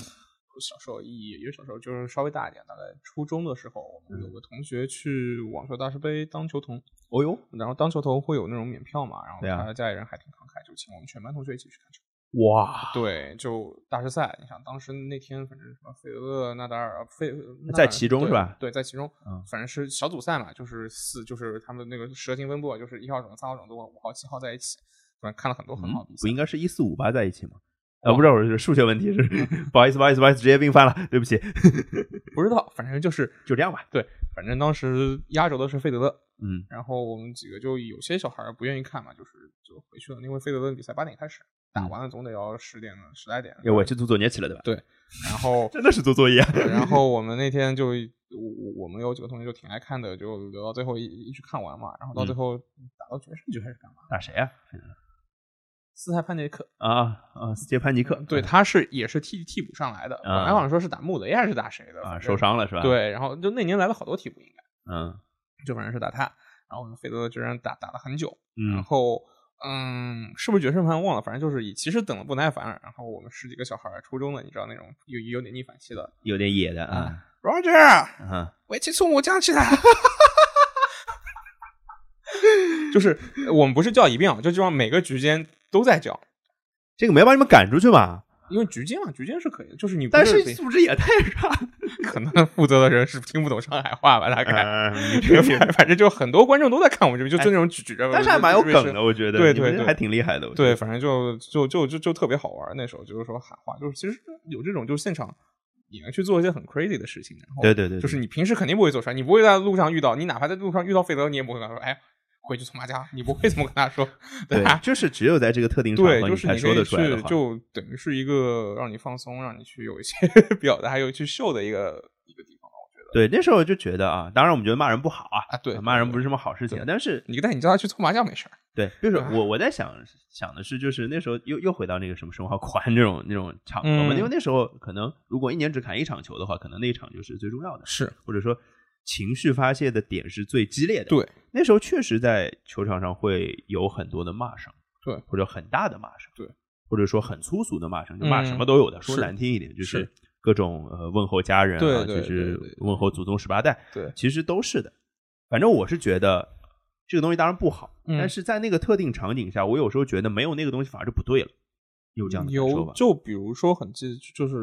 Speaker 2: 我小时候也也小时候就是稍微大一点，大概初中的时候，我
Speaker 1: 嗯
Speaker 2: 们有个同学去网球大师杯当球童，
Speaker 1: 哦呦，
Speaker 2: 然后当球童会有那种免票嘛，然后
Speaker 1: 对啊
Speaker 2: 他的家里人还挺慷慨，就请我们全班同学一起去看球。
Speaker 1: 哇，
Speaker 2: 对，就大师赛，你想当时那天反正什么费德勒、纳达尔、啊费纳
Speaker 1: 在
Speaker 2: 尔
Speaker 1: 其中
Speaker 2: 对
Speaker 1: 是吧
Speaker 2: 对，在其中，
Speaker 1: 嗯
Speaker 2: 反正是小组赛嘛，就是四就是他们那个蛇形分布，啊就是一号种、三号种子、五号、七号在一起，反正看了很多很好的比
Speaker 1: 嗯不
Speaker 2: 赛。
Speaker 1: 应该是一四五八在一起吗？啊，不是，我是数学问题，是
Speaker 2: 嗯
Speaker 1: 不好意思，不好意思，不好意思，职业病犯了，对不起，
Speaker 2: 不知道，反正就是
Speaker 1: 就这样吧。
Speaker 2: 反正当时压轴的是费德勒，
Speaker 1: 嗯，
Speaker 2: 然后我们几个就有些小孩儿不愿意看嘛，就是就回去了，因为费德勒比赛八点开始，
Speaker 1: 嗯
Speaker 2: 打完了总得要十点十来点。
Speaker 1: 哎我去做作业去了，对吧？
Speaker 2: 然后
Speaker 1: 真的是做作业啊，
Speaker 2: 对然后我们那天就我我我们有几个同学就挺爱看的，就留到最后一一直看完嘛，然后到
Speaker 1: 嗯
Speaker 2: 最后打到决胜局还是干嘛？
Speaker 1: 打谁啊？
Speaker 2: 斯泰潘杰克，
Speaker 1: 啊啊，斯杰潘尼克，
Speaker 2: 嗯对，他是也是替替补上来的，本
Speaker 1: 啊
Speaker 2: 来好像说是打穆雷还是打谁的
Speaker 1: 啊，
Speaker 2: 反正
Speaker 1: 受伤了是吧？，
Speaker 2: 对，然后就那年来了好多替补，应该
Speaker 1: 嗯
Speaker 2: 就反正是打他，然后我们费德勒居然打打了很久，然
Speaker 1: 嗯，
Speaker 2: 后。嗯，是不是决胜盘忘了？反正就是也其实等了不耐烦了。然后我们十几个小孩儿，初中的，你知道那种有有点逆反期的。
Speaker 1: 有点野的啊
Speaker 2: Roger，
Speaker 1: 啊，
Speaker 2: 围棋从我讲起来。 就是呃我们不是叫一遍啊，就基本上每个局间都在叫，
Speaker 1: 这个没把你们赶出去吧？
Speaker 2: 因为局间嘛，局间是可以的，就是你不
Speaker 1: 但
Speaker 2: 是
Speaker 1: 是素质也太差了，
Speaker 2: 可能负责的人是听不懂上海话吧，大概。
Speaker 1: 嗯
Speaker 2: 对反 反正就很多观众都在看我们这边，就就那种举举 着，
Speaker 1: 哎但是还蛮有
Speaker 2: 就是
Speaker 1: 梗的，我觉得，
Speaker 2: 对
Speaker 1: 你们
Speaker 2: 对对
Speaker 1: 还挺厉害的，我觉
Speaker 2: 对，
Speaker 1: 得，
Speaker 2: 反正就就就就就特别好玩儿。那时候就是说喊话，就是其实有这种，就现场你能去做一些很 crazy 的事情。然后
Speaker 1: 对对对对
Speaker 2: 就是你平时肯定不会做出来，你不会在路上遇到，你哪怕在路上遇到费德勒，你也不会跟他说，哎，回去从马家，你不会这么跟他说，吧？
Speaker 1: 就是只有在这个特定场
Speaker 2: 啊对，
Speaker 1: 合
Speaker 2: 就
Speaker 1: 你
Speaker 2: 是
Speaker 1: 才
Speaker 2: 你
Speaker 1: 说
Speaker 2: 可以
Speaker 1: 得出来的
Speaker 2: 去，
Speaker 1: 话，
Speaker 2: 就等于是一个让你放松、让你去有一些 表达、还有去秀的一个一个地方吧，我觉得。
Speaker 1: 对，那时候就觉得啊，当然我们觉得骂人不好啊，
Speaker 2: 啊，对，
Speaker 1: 骂人不是
Speaker 2: 是
Speaker 1: 什么好事情
Speaker 2: 对，嗯
Speaker 1: 但是
Speaker 2: 你，但你叫他去搓麻将没事儿，
Speaker 1: 对，就是
Speaker 2: 啊
Speaker 1: 我我在想想的是，就是那时候又又回到那个什么申花 狂这种那种场合嘛，
Speaker 2: 嗯
Speaker 1: 因为那时候可能如果一年只砍一场球的话，可能那一场就是最重要的，
Speaker 2: 是
Speaker 1: 或者说情绪发泄的点是最激烈的。
Speaker 2: 对，
Speaker 1: 那时候确实在球场上会有很多的骂声，
Speaker 2: 对
Speaker 1: 或者很大的骂声，
Speaker 2: 对，
Speaker 1: 或者说很粗俗的骂声，就
Speaker 2: 嗯
Speaker 1: 骂什么都有的。说
Speaker 2: 是
Speaker 1: 难听一点，就是
Speaker 2: 是
Speaker 1: 各种呃问候家人啊，
Speaker 2: 对
Speaker 1: 就
Speaker 2: 对对对
Speaker 1: 是
Speaker 2: 对
Speaker 1: 问候祖宗十八代，
Speaker 2: 对，
Speaker 1: 其实都是的。反正我是觉得这个东西当然不好，
Speaker 2: 嗯
Speaker 1: 但是在那个特定场景下，我有时候觉得没有那个东西反而就不对了。有这样的感受
Speaker 2: 有
Speaker 1: 吧？
Speaker 2: 就比如说很记，就是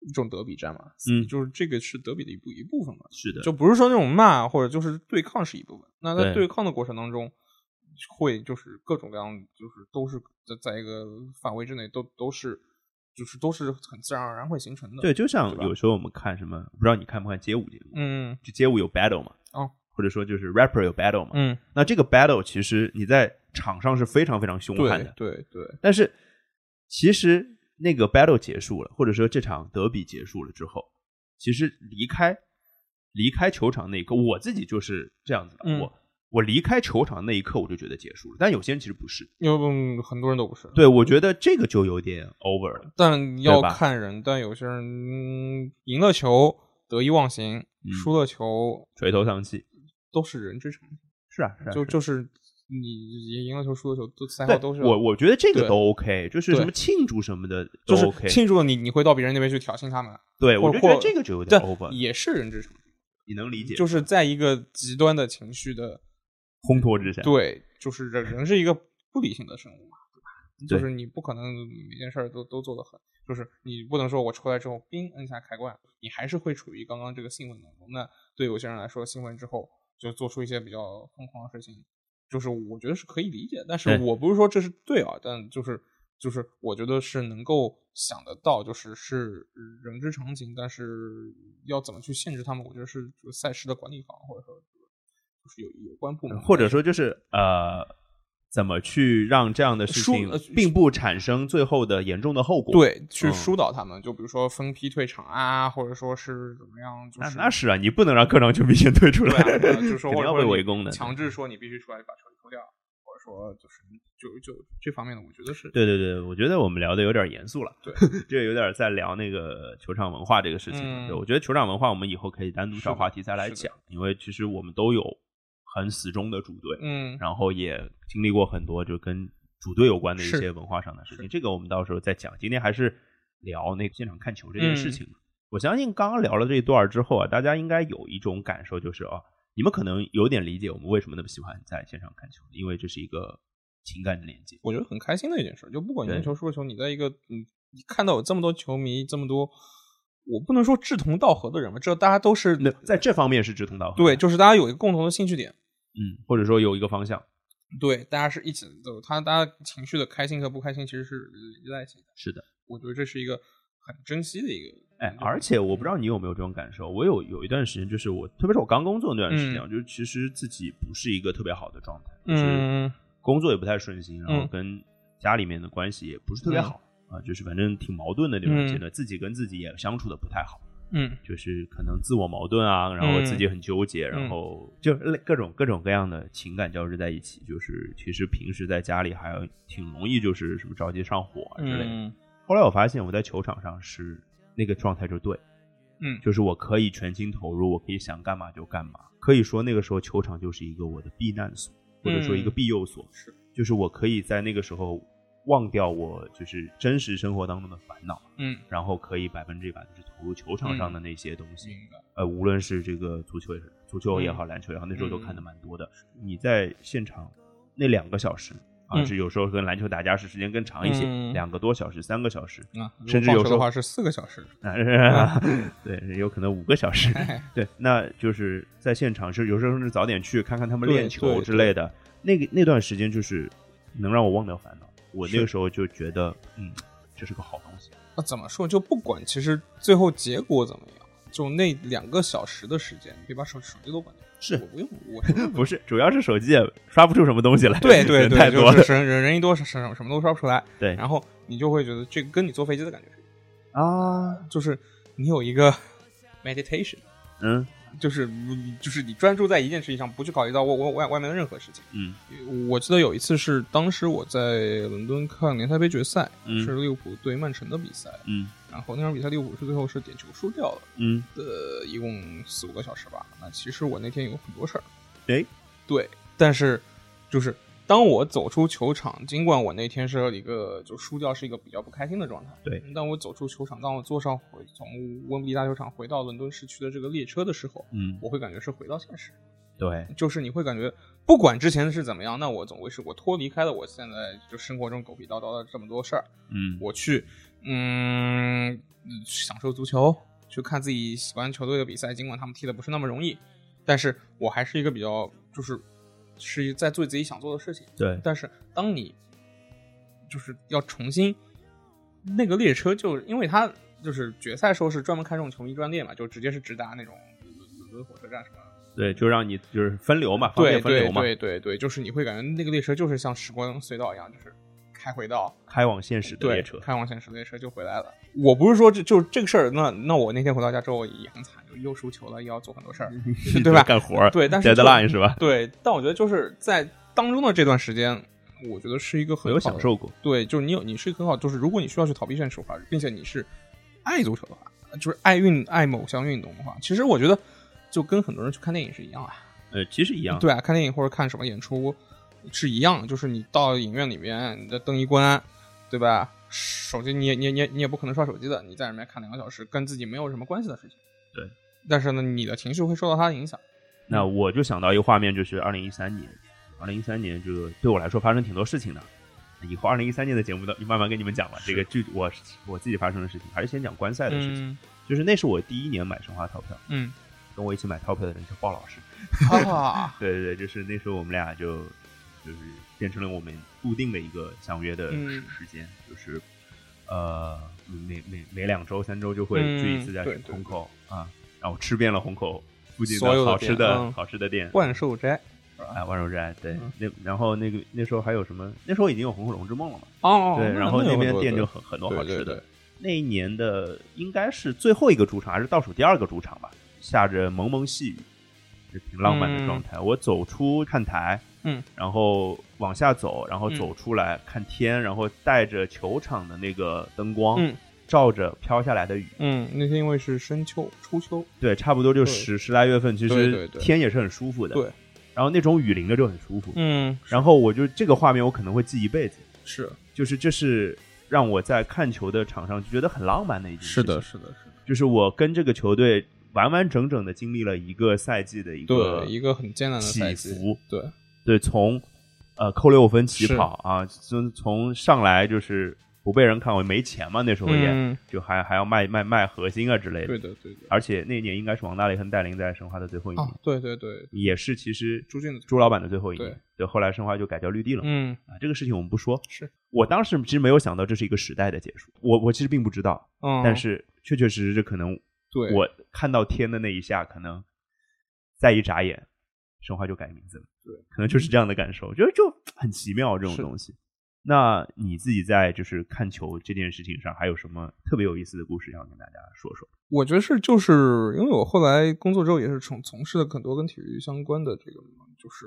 Speaker 2: 一种德比战嘛，
Speaker 1: 嗯
Speaker 2: 就是这个是德比的一部一部分嘛，
Speaker 1: 是的，
Speaker 2: 就不是说那种骂或者就是对抗是一部分。那在
Speaker 1: 对
Speaker 2: 对抗的过程当中，会就是各种各样，就是都是在在一个范围之内都都是就是都是很自然而然会形成的。
Speaker 1: 对，，就像
Speaker 2: 对吧
Speaker 1: 有时候我们看什么，不知道你看不看街舞节目？
Speaker 2: 嗯
Speaker 1: 就街舞有 battle 嘛，
Speaker 2: 哦，
Speaker 1: 或者说就是 rapper 有 battle 嘛，
Speaker 2: 嗯，
Speaker 1: 那这个 battle 其实你在场上是非常非常凶悍
Speaker 2: 对
Speaker 1: 的，
Speaker 2: 对对，
Speaker 1: 但是其实那个 battle 结束了，或者说这场德比结束了之后，其实离开离开球场那一刻，我自己就是这样子的，
Speaker 2: 嗯
Speaker 1: 我我离开球场那一刻我就觉得结束了，但有些人其实不是，
Speaker 2: 因为嗯很多人都不是，
Speaker 1: 对我觉得这个就有点 over 了，
Speaker 2: 但要
Speaker 1: 对吧
Speaker 2: 看人，但有些人嗯赢了球得意忘形，
Speaker 1: 嗯
Speaker 2: 输了球
Speaker 1: 垂头丧气，
Speaker 2: 都是人之常情。
Speaker 1: 是啊，是啊，
Speaker 2: 就是
Speaker 1: 啊
Speaker 2: 就是你赢了球输了球都三号
Speaker 1: 对，
Speaker 2: 都是
Speaker 1: 我我觉得这个
Speaker 2: 对
Speaker 1: 都 OK，就是什
Speaker 2: 对
Speaker 1: 么庆祝什么的都
Speaker 2: 就是
Speaker 1: OK，
Speaker 2: 庆祝了你，你会到别人那边去挑衅他们，
Speaker 1: 对我
Speaker 2: 或
Speaker 1: 就觉得
Speaker 2: 或
Speaker 1: 这个就有点
Speaker 2: 但
Speaker 1: over，
Speaker 2: 也是人之常情，
Speaker 1: 你能理解，
Speaker 2: 就是在一个极端的情绪的
Speaker 1: 烘托之下，
Speaker 2: 对，就是人人是一个不理性的生物嘛，对
Speaker 1: 对
Speaker 2: 吧？就是你不可能每件事儿都都做得很，就是你不能说我出来之后，冰摁下开关，你还是会处于刚刚这个兴奋当中。那对有些人来说，兴奋之后就做出一些比较疯狂的事情，就是我觉得是可以理解，但是
Speaker 1: 对
Speaker 2: 我不是说这是对啊，但就是就是我觉得是能够想得到，就是是人之常情，但是要怎么去限制他们，我觉得是这个赛事的管理方或者说就是有有关部门
Speaker 1: 或者说就是呃，怎么去让这样的事
Speaker 2: 疏
Speaker 1: 情
Speaker 2: 呃
Speaker 1: 并不产生最后的严重的后果？，
Speaker 2: 对，去
Speaker 1: 嗯
Speaker 2: 疏导他们，就比如说分批退场啊，或者说是怎么样，就
Speaker 1: 那
Speaker 2: 是
Speaker 1: 那是啊，你不能让客场球迷先退出
Speaker 2: 对
Speaker 1: 来，
Speaker 2: 啊，对啊就是 说
Speaker 1: 肯定
Speaker 2: 或者
Speaker 1: 要
Speaker 2: 说
Speaker 1: 被
Speaker 2: 你
Speaker 1: 围攻的。嗯
Speaker 2: 强制说你必须出来把球丢掉，或者说就是就就这方面的，我觉得是
Speaker 1: 对对对，我觉得我们聊的有点严肃了，
Speaker 2: 对，
Speaker 1: 这个有点在聊那个球场文化这个事情了。
Speaker 2: 嗯
Speaker 1: 对，我觉得球场文化我们以后可以单独
Speaker 2: 是的
Speaker 1: 找话题再来
Speaker 2: 是的
Speaker 1: 讲，因为其实我们都有很死忠的主队，
Speaker 2: 嗯，
Speaker 1: 然后也经历过很多就跟主队有关的一
Speaker 2: 是
Speaker 1: 些文化上的事情。这个我们到时候再讲。今天还是聊那个现场看球这件
Speaker 2: 嗯
Speaker 1: 事情。我相信刚刚聊了这一段儿之后啊，大家应该有一种感受，就是啊，你们可能有点理解我们为什么那么喜欢在现场看球，因为这是一个情感的连接。
Speaker 2: 我觉得很开心的一件事，就不管
Speaker 1: 对
Speaker 2: 赢球输球，你在一个嗯，你看到有这么多球迷，这么多，我不能说志同道合的人吧，这大家都是
Speaker 1: 那在这方面是志同道合的，
Speaker 2: 对，就是大家有一个共同的兴趣点，
Speaker 1: 嗯，或者说有一个方向。
Speaker 2: 对，大家是一起走，他大家情绪的开心和不开心其实是连接在一起的。
Speaker 1: 是的，
Speaker 2: 我觉得这是一个很珍惜的一个，
Speaker 1: 哎，而且我不知道你有没有这种感受，我有有一段时间，就是我特别是我刚工作那段时间，
Speaker 2: 嗯
Speaker 1: 我就其实自己不是一个特别好的状态，就是
Speaker 2: 嗯，
Speaker 1: 工作也不太顺心，然后
Speaker 2: 嗯
Speaker 1: 跟家里面的关系也不是特别好、啊，就是反正挺矛盾的那种阶段，自己跟自己也相处的不太好，
Speaker 2: 嗯
Speaker 1: 就是可能自我矛盾啊，然后自己很纠结，
Speaker 2: 嗯
Speaker 1: 然后就类各种各种各样的情感交织在一起，就是其实平时在家里还挺容易就是什么着急上火啊之类的。
Speaker 2: 嗯
Speaker 1: 后来我发现我在球场上是那个状态就对，
Speaker 2: 嗯
Speaker 1: 就是我可以全心投入，我可以想干嘛就干嘛。可以说那个时候球场就是一个我的避难所，或者说一个庇佑所，
Speaker 2: 嗯是
Speaker 1: 就是我可以在那个时候忘掉我就是真实生活当中的烦恼，
Speaker 2: 嗯，
Speaker 1: 然后可以百分之一百就是投入球场上的那些东西。
Speaker 2: 明白，
Speaker 1: 呃，无论是这个足球也是，足球也好，
Speaker 2: 嗯
Speaker 1: 篮球也好，那时候都看的蛮多的。你在现场那两个小时啊，
Speaker 2: 嗯
Speaker 1: 是有时候跟篮球打架是时间更长一些，
Speaker 2: 嗯
Speaker 1: 两个多小时、三个小时，
Speaker 2: 啊，如果
Speaker 1: 甚至有
Speaker 2: 放手
Speaker 1: 时候
Speaker 2: 的话是四个小时，
Speaker 1: 啊，对，有可能五个小时。
Speaker 2: 哎，
Speaker 1: 对，那就是在现场是有时候甚至早点去看看他们
Speaker 2: 对
Speaker 1: 练球
Speaker 2: 对
Speaker 1: 之类的。那个那段时间就是能让我忘掉烦恼。我那个时候就觉得，嗯，这是个好东西。
Speaker 2: 那怎么说？就不管其实最后结果怎么样，就那两个小时的时间，你别把手手机都关掉。
Speaker 1: 是
Speaker 2: 我不用，我
Speaker 1: 不是，主要是手机也刷不出什么东西来，
Speaker 2: 嗯对对
Speaker 1: 人
Speaker 2: 对，
Speaker 1: 太
Speaker 2: 就
Speaker 1: 多
Speaker 2: 是
Speaker 1: 了
Speaker 2: 人人人一多，什什什么都刷不出来。
Speaker 1: 对
Speaker 2: 然后你就会觉得这个跟你坐飞机的感觉是一样
Speaker 1: 啊，
Speaker 2: 的，就是你有一个 meditation，
Speaker 1: 嗯
Speaker 2: 就是你就是你专注在一件事情上，不去考虑到我我外外面的任何事情。
Speaker 1: 嗯
Speaker 2: 我记得有一次是当时我在伦敦看联赛杯决赛，
Speaker 1: 嗯
Speaker 2: 是利物浦对曼城的比赛，
Speaker 1: 嗯
Speaker 2: 然后那场比赛利物浦是最后是点球输掉了，
Speaker 1: 嗯，
Speaker 2: 呃，一共四五个小时吧。那其实我那天有很多事儿，
Speaker 1: 哎，
Speaker 2: 对，但是就是当我走出球场，尽管我那天是一个就输掉是一个比较不开心的状态，
Speaker 1: 对，
Speaker 2: 但我走出球场，当我坐上回从温布利大球场回到伦敦市区的这个列车的时候，
Speaker 1: 嗯，
Speaker 2: 我会感觉是回到现实，
Speaker 1: 对，
Speaker 2: 就是你会感觉，不管之前是怎么样，那我总归是我脱离开了我现在就生活中狗屁叨叨的这么多事儿，
Speaker 1: 嗯
Speaker 2: 我去，嗯，享受足球，去看自己喜欢球队的比赛，尽管他们踢的不是那么容易，但是我还是一个比较就是是在做自己想做的事情。
Speaker 1: 对，
Speaker 2: 但是当你就是要重新那个列车就，因为它就是决赛时候是专门开这种球迷专列嘛，就直接是直达那种伦敦火车站什么的。
Speaker 1: 对，就让你就是分流嘛，方
Speaker 2: 对
Speaker 1: 便分
Speaker 2: 对
Speaker 1: 流嘛，
Speaker 2: 对对对，就是你会感觉那个列车就是像时光隧道一样，就是开回到
Speaker 1: 开往现实的
Speaker 2: 对
Speaker 1: 列车。
Speaker 2: 开往现实的列车就回来了。我不是说这就这个事儿，那那我那天回到家之后也很惨，就又输球了，又要做很多事儿，对吧？
Speaker 1: 干活儿
Speaker 2: 对，但是就
Speaker 1: ，deadline 是吧？
Speaker 2: 对，但我觉得就是在当中的这段时间，我觉得是一个
Speaker 1: 我
Speaker 2: 很
Speaker 1: 有
Speaker 2: 好的
Speaker 1: 享。受过，
Speaker 2: 对，就是你有你是很好，就是如果你需要去逃避现实的话，并且你是爱足球的话，就是爱运爱某项运动的话，其实我觉得就跟很多人去看电影是一样啊。
Speaker 1: 呃，其实一样，
Speaker 2: 对啊，看电影或者看什么演出是一样的，就是你到影院里面，你的灯一关，对吧？手机你也你也你也你也不可能刷手机的，你在里面看两个小时，跟自己没有什么关系的事情。
Speaker 1: 对。
Speaker 2: 但是呢，你的情绪会受到它的影响。
Speaker 1: 那我就想到一个画面，就是二零一三年，二零一三年这个对我来说发生挺多事情的。以后二零一三年的节目的慢慢跟你们讲吧，这个具我我自己发生的事情，还是先讲观赛的事情。
Speaker 2: 嗯
Speaker 1: 就是那是我第一年买申花套票，
Speaker 2: 嗯
Speaker 1: 跟我一起买套票的人是鲍老师。
Speaker 2: 啊，
Speaker 1: 对对对，就是那时候我们俩就就是变成了我们固定的一个相约的时
Speaker 2: 嗯
Speaker 1: 时间，就是呃每每每两周三周就会聚一次
Speaker 2: 嗯
Speaker 1: 在
Speaker 2: 对对
Speaker 1: 虹口啊，然后吃遍了虹口附近
Speaker 2: 所有的
Speaker 1: 好吃
Speaker 2: 店
Speaker 1: 的
Speaker 2: 嗯
Speaker 1: 好吃的店，
Speaker 2: 万寿斋
Speaker 1: 哎，万寿斋，对
Speaker 2: 嗯，
Speaker 1: 那然后那个那时候还有什么？那时候已经有《红火龙之梦》了嘛？
Speaker 2: 哦，
Speaker 1: 对，然后那边店就
Speaker 2: 有
Speaker 1: 很很多
Speaker 2: 很
Speaker 1: 好
Speaker 2: 多
Speaker 1: 吃
Speaker 2: 对对
Speaker 1: 的
Speaker 2: 对。，
Speaker 1: 那一年的应该是最后一个主场，还是倒数第二个主场吧？下着蒙蒙细雨，是挺浪漫的状态。我走出看台，
Speaker 2: 嗯，
Speaker 1: 然后往下走，然后
Speaker 2: 嗯
Speaker 1: 走出来看天，然后带着球场的那个灯光，
Speaker 2: 嗯
Speaker 1: 照着飘下来的雨，
Speaker 2: 嗯，那天因为是深秋初秋，
Speaker 1: 对，差不多就
Speaker 2: 对
Speaker 1: 十十来月份，其
Speaker 2: 对
Speaker 1: 实
Speaker 2: 对对
Speaker 1: 天也是很舒服的。
Speaker 2: 对
Speaker 1: 然后那种雨淋的就很舒服。
Speaker 2: 嗯，
Speaker 1: 然后我就这个画面我可能会记一辈子，
Speaker 2: 是
Speaker 1: 就是这是让我在看球的场上就觉得很浪漫的一件事
Speaker 2: 是
Speaker 1: 情。
Speaker 2: 的，，是的，是的，
Speaker 1: 就是我跟这个球队完完整整的经历了一个赛季的一个
Speaker 2: 对，一个很艰难的赛
Speaker 1: 起
Speaker 2: 季，
Speaker 1: 伏，
Speaker 2: 对，
Speaker 1: 对，从呃扣六分起
Speaker 2: 是
Speaker 1: 跑啊，从从上来就是不被人看好，没钱嘛那时候也、
Speaker 2: 嗯，
Speaker 1: 就还还要卖卖卖核心啊之类的。
Speaker 2: 对的，对的，
Speaker 1: 而且那年应该是王大雷跟戴琳在申花的最后一年，
Speaker 2: 啊，对对对，
Speaker 1: 也是其实
Speaker 2: 朱俊的，
Speaker 1: 朱老板的最后一年。
Speaker 2: 对
Speaker 1: 对，后来申花就改叫绿地了嘛。
Speaker 2: 嗯，
Speaker 1: 啊，这个事情我们不说。
Speaker 2: 是，
Speaker 1: 我当时其实没有想到这是一个时代的结束，我我其实并不知道，
Speaker 2: 嗯，
Speaker 1: 但是确确实实这可能
Speaker 2: 对，
Speaker 1: 我看到天的那一下，可能再一眨眼，申花就改名字了。
Speaker 2: 对，
Speaker 1: 可能就是这样的感受，就就很奇妙这种
Speaker 2: 是
Speaker 1: 东西。那你自己在就是看球这件事情上，还有什么特别有意思的故事要跟大家说说？
Speaker 2: 我觉得是，就是因为我后来工作之后也是从从事了很多跟体育相关的这个，就是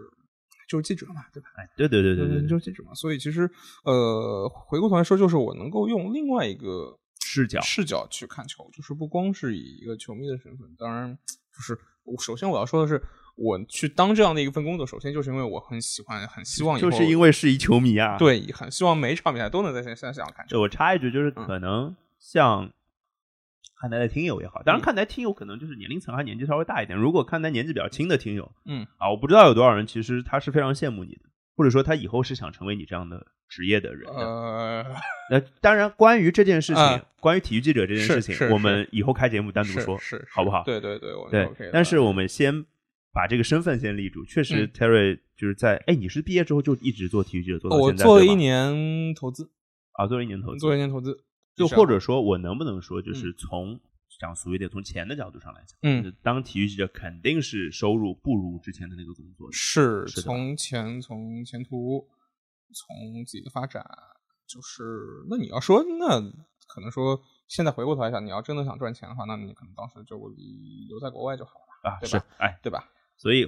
Speaker 2: 就是记者嘛，对吧？
Speaker 1: 哎，对对对对对，
Speaker 2: 嗯就是记者嘛。所以其实呃，回过头来说，就是我能够用另外一个
Speaker 1: 视角
Speaker 2: 视角去看球，就是不光是以一个球迷的身份，当然就是我首先我要说的是，我去当这样的一份工作，首先就是因为我很喜欢，很希望以后
Speaker 1: 就是因为是一球迷啊。，
Speaker 2: 对，很希望每一场比赛都能在线线上看
Speaker 1: 对
Speaker 2: 球。
Speaker 1: 我插一句，就是
Speaker 2: 嗯
Speaker 1: 可能像看台的听友也好，当然
Speaker 2: 嗯
Speaker 1: 看台听友可能就是年龄层还年纪稍微大一点。如果看台年纪比较轻的听友，
Speaker 2: 嗯，
Speaker 1: 啊，我不知道有多少人其实他是非常羡慕你的，或者说他以后是想成为你这样的职业的人的。
Speaker 2: 呃，
Speaker 1: 那、当然，关于这件事情，
Speaker 2: 啊
Speaker 1: 关于体育记者这件
Speaker 2: 是
Speaker 1: 事情，
Speaker 2: 是
Speaker 1: 我们以后开节目单独
Speaker 2: 是
Speaker 1: 说，
Speaker 2: 是
Speaker 1: 好不好？
Speaker 2: 对对对，我觉
Speaker 1: 对
Speaker 2: 得 OK 的
Speaker 1: 但是我们先把这个身份先立住。确实
Speaker 2: 嗯
Speaker 1: ，Terry 就是在哎、你是毕业之后就一直做体育记者做到
Speaker 2: 呃我
Speaker 1: 现在，
Speaker 2: 做了
Speaker 1: 对吧
Speaker 2: 一年投资，
Speaker 1: 啊，做了一年投资
Speaker 2: 做，了一年投资，
Speaker 1: 就
Speaker 2: 这
Speaker 1: 或
Speaker 2: 样
Speaker 1: 者说我能不能说，就是从讲俗一点，从钱的角度上来讲，
Speaker 2: 嗯，
Speaker 1: 当体育记者肯定是收入不如之前的那个工作的，
Speaker 2: 是
Speaker 1: 是的
Speaker 2: 从前从前途，从自己的发展，就是那你要说那可能说现在回过头来想，你要真的想赚钱的话，那你可能当时就留在国外就好了，
Speaker 1: 啊，
Speaker 2: 对
Speaker 1: 是
Speaker 2: 吧，
Speaker 1: 哎，
Speaker 2: 对吧？
Speaker 1: 所以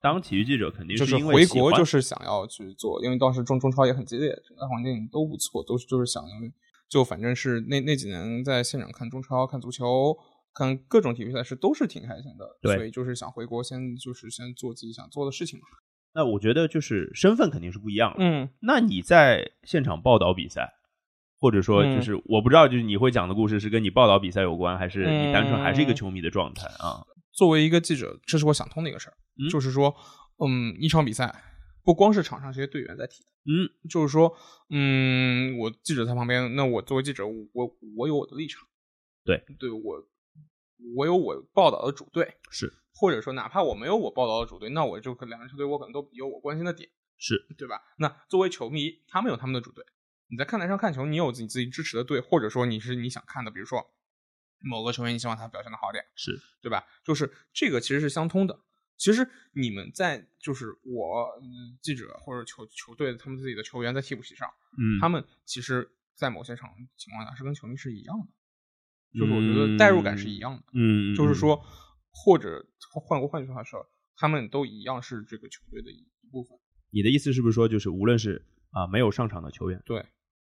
Speaker 1: 当体育记者肯定
Speaker 2: 就是
Speaker 1: 因为
Speaker 2: 回
Speaker 1: 喜
Speaker 2: 国
Speaker 1: 欢
Speaker 2: 就是想要去做，因为当时中中超也很激烈，整个环境都不错，都是就是想就反正是那那几年在现场看中超、看足球、看各种体育赛事都是挺开心的，
Speaker 1: 对
Speaker 2: 所以就是想回国先就是先做自己想做的事情嘛。
Speaker 1: 那我觉得就是身份肯定是不一样的。
Speaker 2: 嗯，
Speaker 1: 那你在现场报道比赛，或者说
Speaker 2: 嗯
Speaker 1: 就是我不知道，就是你会讲的故事是跟你报道比赛有关，还是你单纯还是
Speaker 2: 嗯
Speaker 1: 一个球迷的状态啊？
Speaker 2: 作为一个记者，这是我想通的一个事儿，
Speaker 1: 嗯
Speaker 2: 就是说，嗯，一场比赛不光是场上这些队员在踢，
Speaker 1: 嗯，
Speaker 2: 就是说，嗯，我记者在旁边，那我作为记者，我我我有我的立场，
Speaker 1: 对，
Speaker 2: 对我我有我报道的主队，
Speaker 1: 是
Speaker 2: 或者说哪怕我没有我报道的主队，那我就可两支球队我可能都有我关心的点，
Speaker 1: 是，
Speaker 2: 对吧？那作为球迷，他们有他们的主队，你在看台上看球，你有你自己支持的队，或者说你是你想看的，比如说某个球员，你希望他表现的好点。
Speaker 1: 是
Speaker 2: 对吧？就是这个其实是相通的。其实你们在就是我、嗯记者或者球球队他们自己的球员在替补席上，
Speaker 1: 嗯，
Speaker 2: 他们其实，在某些场情况下是跟球迷是一样的，就是我觉得代入感是一样的，
Speaker 1: 嗯，嗯
Speaker 2: 就是，说，或者换过换句话说，他们都一样是这个球队的一部分。
Speaker 1: 你的意思是不是说就是无论是啊没有上场的球员、
Speaker 2: 对，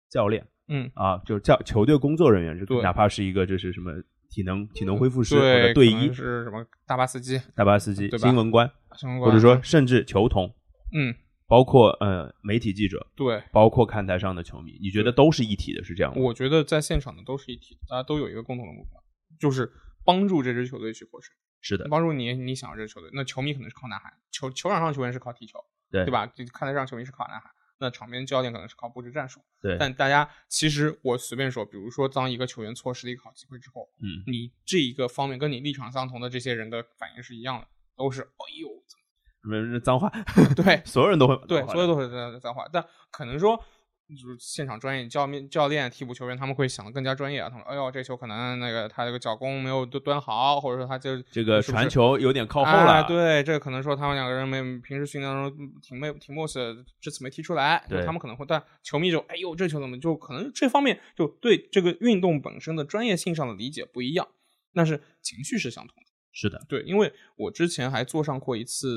Speaker 1: 教练
Speaker 2: 嗯，
Speaker 1: 啊，就是教球队工作人员，就
Speaker 2: 对
Speaker 1: 哪怕是一个就是什么体能体能恢复师或
Speaker 2: 对，
Speaker 1: 者队
Speaker 2: 可能
Speaker 1: 医、
Speaker 2: 是什么大巴司机、
Speaker 1: 大巴司机、
Speaker 2: 对吧
Speaker 1: 新闻官，
Speaker 2: 新闻
Speaker 1: 或
Speaker 2: 官，
Speaker 1: 者说，甚至球童，
Speaker 2: 嗯，
Speaker 1: 包括呃媒体记者，
Speaker 2: 对，
Speaker 1: 包括看台上的球迷，你觉得都是一体的，是这样吗？
Speaker 2: 我觉得在现场的都是一体的，大家都有一个共同的目标，就是帮助这支球队去获胜。
Speaker 1: 是的，
Speaker 2: 帮助你你想要这个球队。那球迷可能是靠呐喊，球球场上球员是靠踢球，
Speaker 1: 对
Speaker 2: 对？吧？就看台上球迷是靠呐喊，那场边教练可能是靠布置战术。
Speaker 1: 对，
Speaker 2: 但大家其实我随便说，比如说当一个球员错失了一个好机会之后，
Speaker 1: 嗯，
Speaker 2: 你这一个方面跟你立场相同的这些人的反应是一样的，都是哎呦， 怎
Speaker 1: 什么脏话，
Speaker 2: 么对
Speaker 1: 所有人都会
Speaker 2: 对，所有
Speaker 1: 都
Speaker 2: 都是在在话，但可能说。就是现场专业教练、教练、替补球员，他们会想的更加专业啊。他们，哎呦，这球可能那个他这个脚弓没有端好，或者说他就
Speaker 1: 这个
Speaker 2: 是不是
Speaker 1: 传球有点靠后
Speaker 2: 啊。
Speaker 1: 了，
Speaker 2: 对，这可能说他们两个人没平时训练中嗯挺没挺默契的，这次没踢出来，就
Speaker 1: 对
Speaker 2: 他们可能会，但球迷就哎呦这球怎么就可能这方面就对这个运动本身的专业性上的理解不一样，但是情绪是相同的。
Speaker 1: 是的，
Speaker 2: 对，因为我之前还做上过一次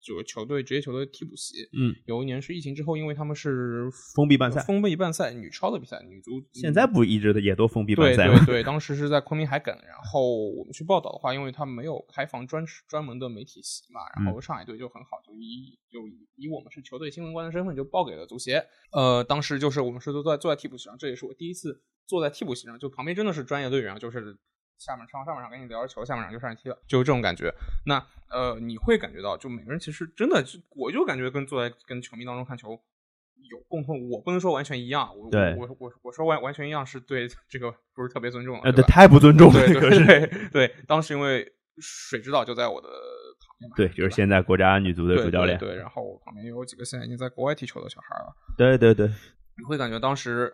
Speaker 2: 就是球队职业球队替补席。
Speaker 1: 嗯，
Speaker 2: 有一年是疫情之后，因为他们是呃
Speaker 1: 封闭办赛
Speaker 2: 封闭半赛女超的比赛，女足
Speaker 1: 现在不一直也都封闭办
Speaker 2: 嗯对
Speaker 1: 赛
Speaker 2: 对
Speaker 1: 吗？
Speaker 2: 对，当时是在昆明海埂，然后我们去报道的话，因为他没有开放专职专门的媒体席嘛，然
Speaker 1: 嗯
Speaker 2: 后上海队就很好，就以就以以我们是球队新闻官的身份就报给了足协。呃，当时就是我们是坐在坐在替补席上，这也是我第一次坐在替补席上，就旁边真的是专业队员，就是下半场上半场跟你聊着球，下半场就上去踢了，就是这种感觉。那呃，你会感觉到，就每个人其实真的，就我就感觉跟坐在跟球迷当中看球有共同，我不能说完全一样，我
Speaker 1: 对
Speaker 2: 我我我说完完全一样是对这个不是特别尊重了，啊
Speaker 1: 呃，
Speaker 2: 对
Speaker 1: 这
Speaker 2: 吧
Speaker 1: 太不尊重了，
Speaker 2: 对
Speaker 1: 这
Speaker 2: 对
Speaker 1: 个
Speaker 2: 对
Speaker 1: 是。
Speaker 2: 对对，当时因为水指导就在我的旁边 嘛，
Speaker 1: 对，就是
Speaker 2: 吧
Speaker 1: 现在国家女足的
Speaker 2: 对
Speaker 1: 主教
Speaker 2: 对
Speaker 1: 练。
Speaker 2: 对，然后我旁边有几个现在已经在国外踢球的小孩了，
Speaker 1: 对对对，
Speaker 2: 你会感觉当时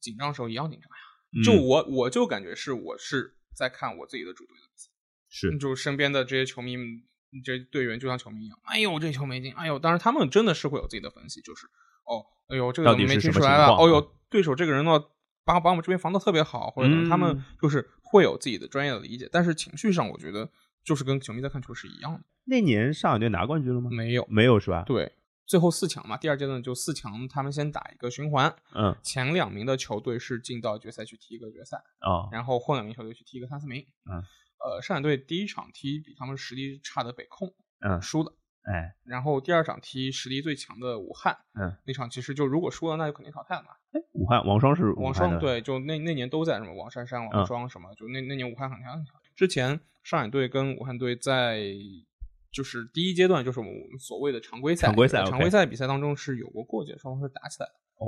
Speaker 2: 紧张的时候一样紧张呀，
Speaker 1: 嗯
Speaker 2: 就我我就感觉是我是在看我自己的主队的比赛。
Speaker 1: 是
Speaker 2: 就身边的这些球迷、这些队员就像球迷一样，哎呦，这球没进，哎呦，当然他们真的是会有自己的分析，就是哦，哎呦，这个
Speaker 1: 到
Speaker 2: 怎么
Speaker 1: 底
Speaker 2: 没
Speaker 1: 是
Speaker 2: 踢
Speaker 1: 什么
Speaker 2: 出来
Speaker 1: 情
Speaker 2: 了？
Speaker 1: 况
Speaker 2: 哦
Speaker 1: 啊
Speaker 2: 呦，对手这个人呢，把把我们这边防的特别好，或者怎么
Speaker 1: 嗯
Speaker 2: 他们就是会有自己的专业的理解，但是情绪上，我觉得就是跟球迷在看球是一样的，
Speaker 1: 那年上海队拿冠军了吗？
Speaker 2: 没有
Speaker 1: 没有是吧？
Speaker 2: 对。最后四强嘛，第二阶段就四强，他们先打一个循环，
Speaker 1: 嗯
Speaker 2: 前两名的球队是进到决赛去踢一个决赛，
Speaker 1: 哦，
Speaker 2: 然后后两名球队去踢一个三四名。
Speaker 1: 嗯，
Speaker 2: 呃，上海队第一场踢比他们实力差的北控，
Speaker 1: 嗯
Speaker 2: 输了。
Speaker 1: 哎，
Speaker 2: 然后第二场踢实力最强的武汉，
Speaker 1: 嗯，
Speaker 2: 那场其实就如果输了，那就肯定淘汰了嘛。
Speaker 1: 武汉王双是武
Speaker 2: 王
Speaker 1: 汉
Speaker 2: 双
Speaker 1: 的
Speaker 2: 对，就那那年都在什么王珊珊、
Speaker 1: 嗯
Speaker 2: 王双什么，就那那年武汉很强。之前上海队跟武汉队在就是第一阶段，就是我们所谓的常规赛，
Speaker 1: 常规赛
Speaker 2: 常
Speaker 1: OK
Speaker 2: 规赛比赛当中是有过过节，双方是打起来的。
Speaker 1: 哦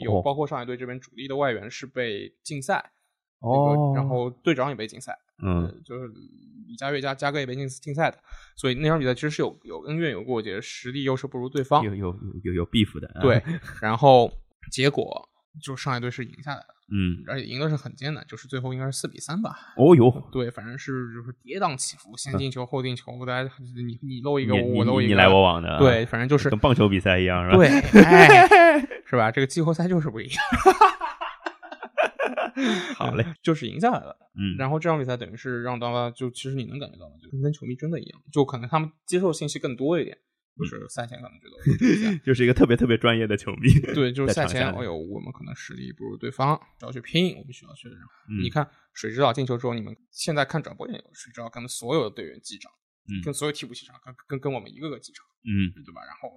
Speaker 2: 有
Speaker 1: 哦
Speaker 2: 包括上海队这边主力的外援是被禁赛，那个
Speaker 1: 哦，
Speaker 2: 然后队长也被禁赛，
Speaker 1: 嗯
Speaker 2: 呃就是李佳悦加加哥也被禁禁赛的，所以那场比赛其实是有有恩怨有过节，实力优势不如对方
Speaker 1: 有，有有有有 beef 的啊
Speaker 2: 对，然后结果就上海队是赢下来了，
Speaker 1: 嗯
Speaker 2: 而且赢的是很艰难，就是最后应该是四比三吧。
Speaker 1: 哦哟，
Speaker 2: 对，反正是就是跌宕起伏，先进球后进球，大家你你漏一个，
Speaker 1: 嗯你你
Speaker 2: 我漏一
Speaker 1: 你你
Speaker 2: 个，
Speaker 1: 来我往的啊，
Speaker 2: 对，反正就是
Speaker 1: 跟棒球比赛一样是吧？
Speaker 2: 对， 哎，是吧？这个季后赛就是不一样。
Speaker 1: 好嘞，
Speaker 2: 就是赢下来了。
Speaker 1: 嗯，
Speaker 2: 然后这场比赛等于是让大家就其实你能感觉到，就跟球迷真的一样，就可能他们接受信息更多一点，
Speaker 1: 嗯
Speaker 2: 就是赛前可能觉得我们比 赛
Speaker 1: 就是一个特别特别专业的球迷，
Speaker 2: 对，就是
Speaker 1: 在
Speaker 2: 赛
Speaker 1: 场
Speaker 2: 前，
Speaker 1: 下
Speaker 2: 哎呦，我们可能实力不如对方，要去拼，我们需要去。
Speaker 1: 嗯
Speaker 2: 你看水指导进球之后，你们现在看转播也有水指导跟所有的队员击掌，
Speaker 1: 嗯
Speaker 2: 跟所有替补击掌，跟跟跟我们一个个击掌，
Speaker 1: 嗯
Speaker 2: 对吧？然后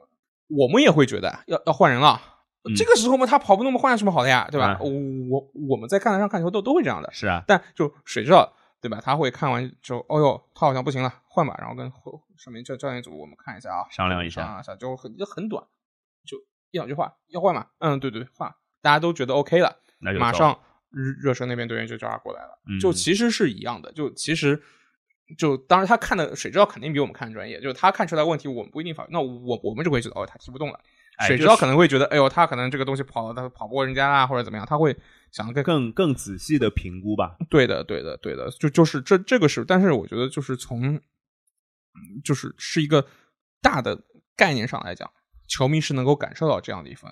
Speaker 2: 我们也会觉得要要换人了。
Speaker 1: 嗯
Speaker 2: 这个时候嘛，他跑不动嘛，换有什么好的呀，对吧？
Speaker 1: 啊
Speaker 2: 我我我们在看台上看球都都会这样的，
Speaker 1: 是啊，
Speaker 2: 但就谁知道对吧？他会看完之后，哦呦，他好像不行了，换吧，然后跟后上面教教练组我们看一下啊，
Speaker 1: 商量一下
Speaker 2: 商量一下，就很就很短，就一两句话，要换吗？嗯，对对，换，大家都觉得 OK 了，
Speaker 1: 那就
Speaker 2: 马
Speaker 1: 走
Speaker 2: 上热热身那边队员就叫他过来了，
Speaker 1: 嗯
Speaker 2: 就其实是一样的，就其实。就当然，他看的水知道肯定比我们看的专业，就是他看出来问题，我们不一定发现。那我我们就会觉得，哦，他踢不动了。
Speaker 1: 哎
Speaker 2: 水
Speaker 1: 就
Speaker 2: 知道
Speaker 1: 是
Speaker 2: 可能会觉得，哎呦，他可能这个东西跑了，他跑不过人家啊，或者怎么样，他会想得更
Speaker 1: 更更仔细的评估吧，
Speaker 2: 对的，对的，对的，就就是这这个是，但是我觉得就是从，嗯就是是一个大的概念上来讲，球迷是能够感受到这样的一份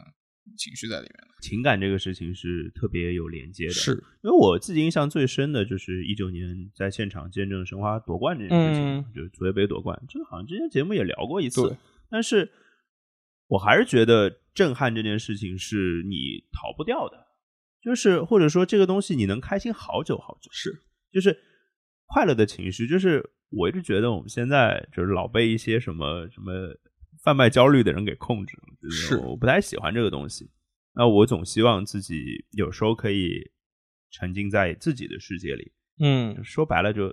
Speaker 2: 情绪在里面
Speaker 1: 情感这个事情是特别有连接
Speaker 2: 的。
Speaker 1: 的，因为我自己印象最深的就是一九年在现场见证申花夺冠这件事情嘛，就是足协杯夺冠，这个好像之前节目也聊过一次
Speaker 2: 对，
Speaker 1: 但是我还是觉得震撼这件事情是你逃不掉的，就是或者说这个东西你能开心好久好久，
Speaker 2: 是
Speaker 1: 就是快乐的情绪，就是我一直觉得我们现在就是老被一些什么什么贩卖焦虑的人给控制了，就是我不太喜欢这个东西。那我总希望自己有时候可以沉浸在自己的世界里，
Speaker 2: 嗯，
Speaker 1: 说白了就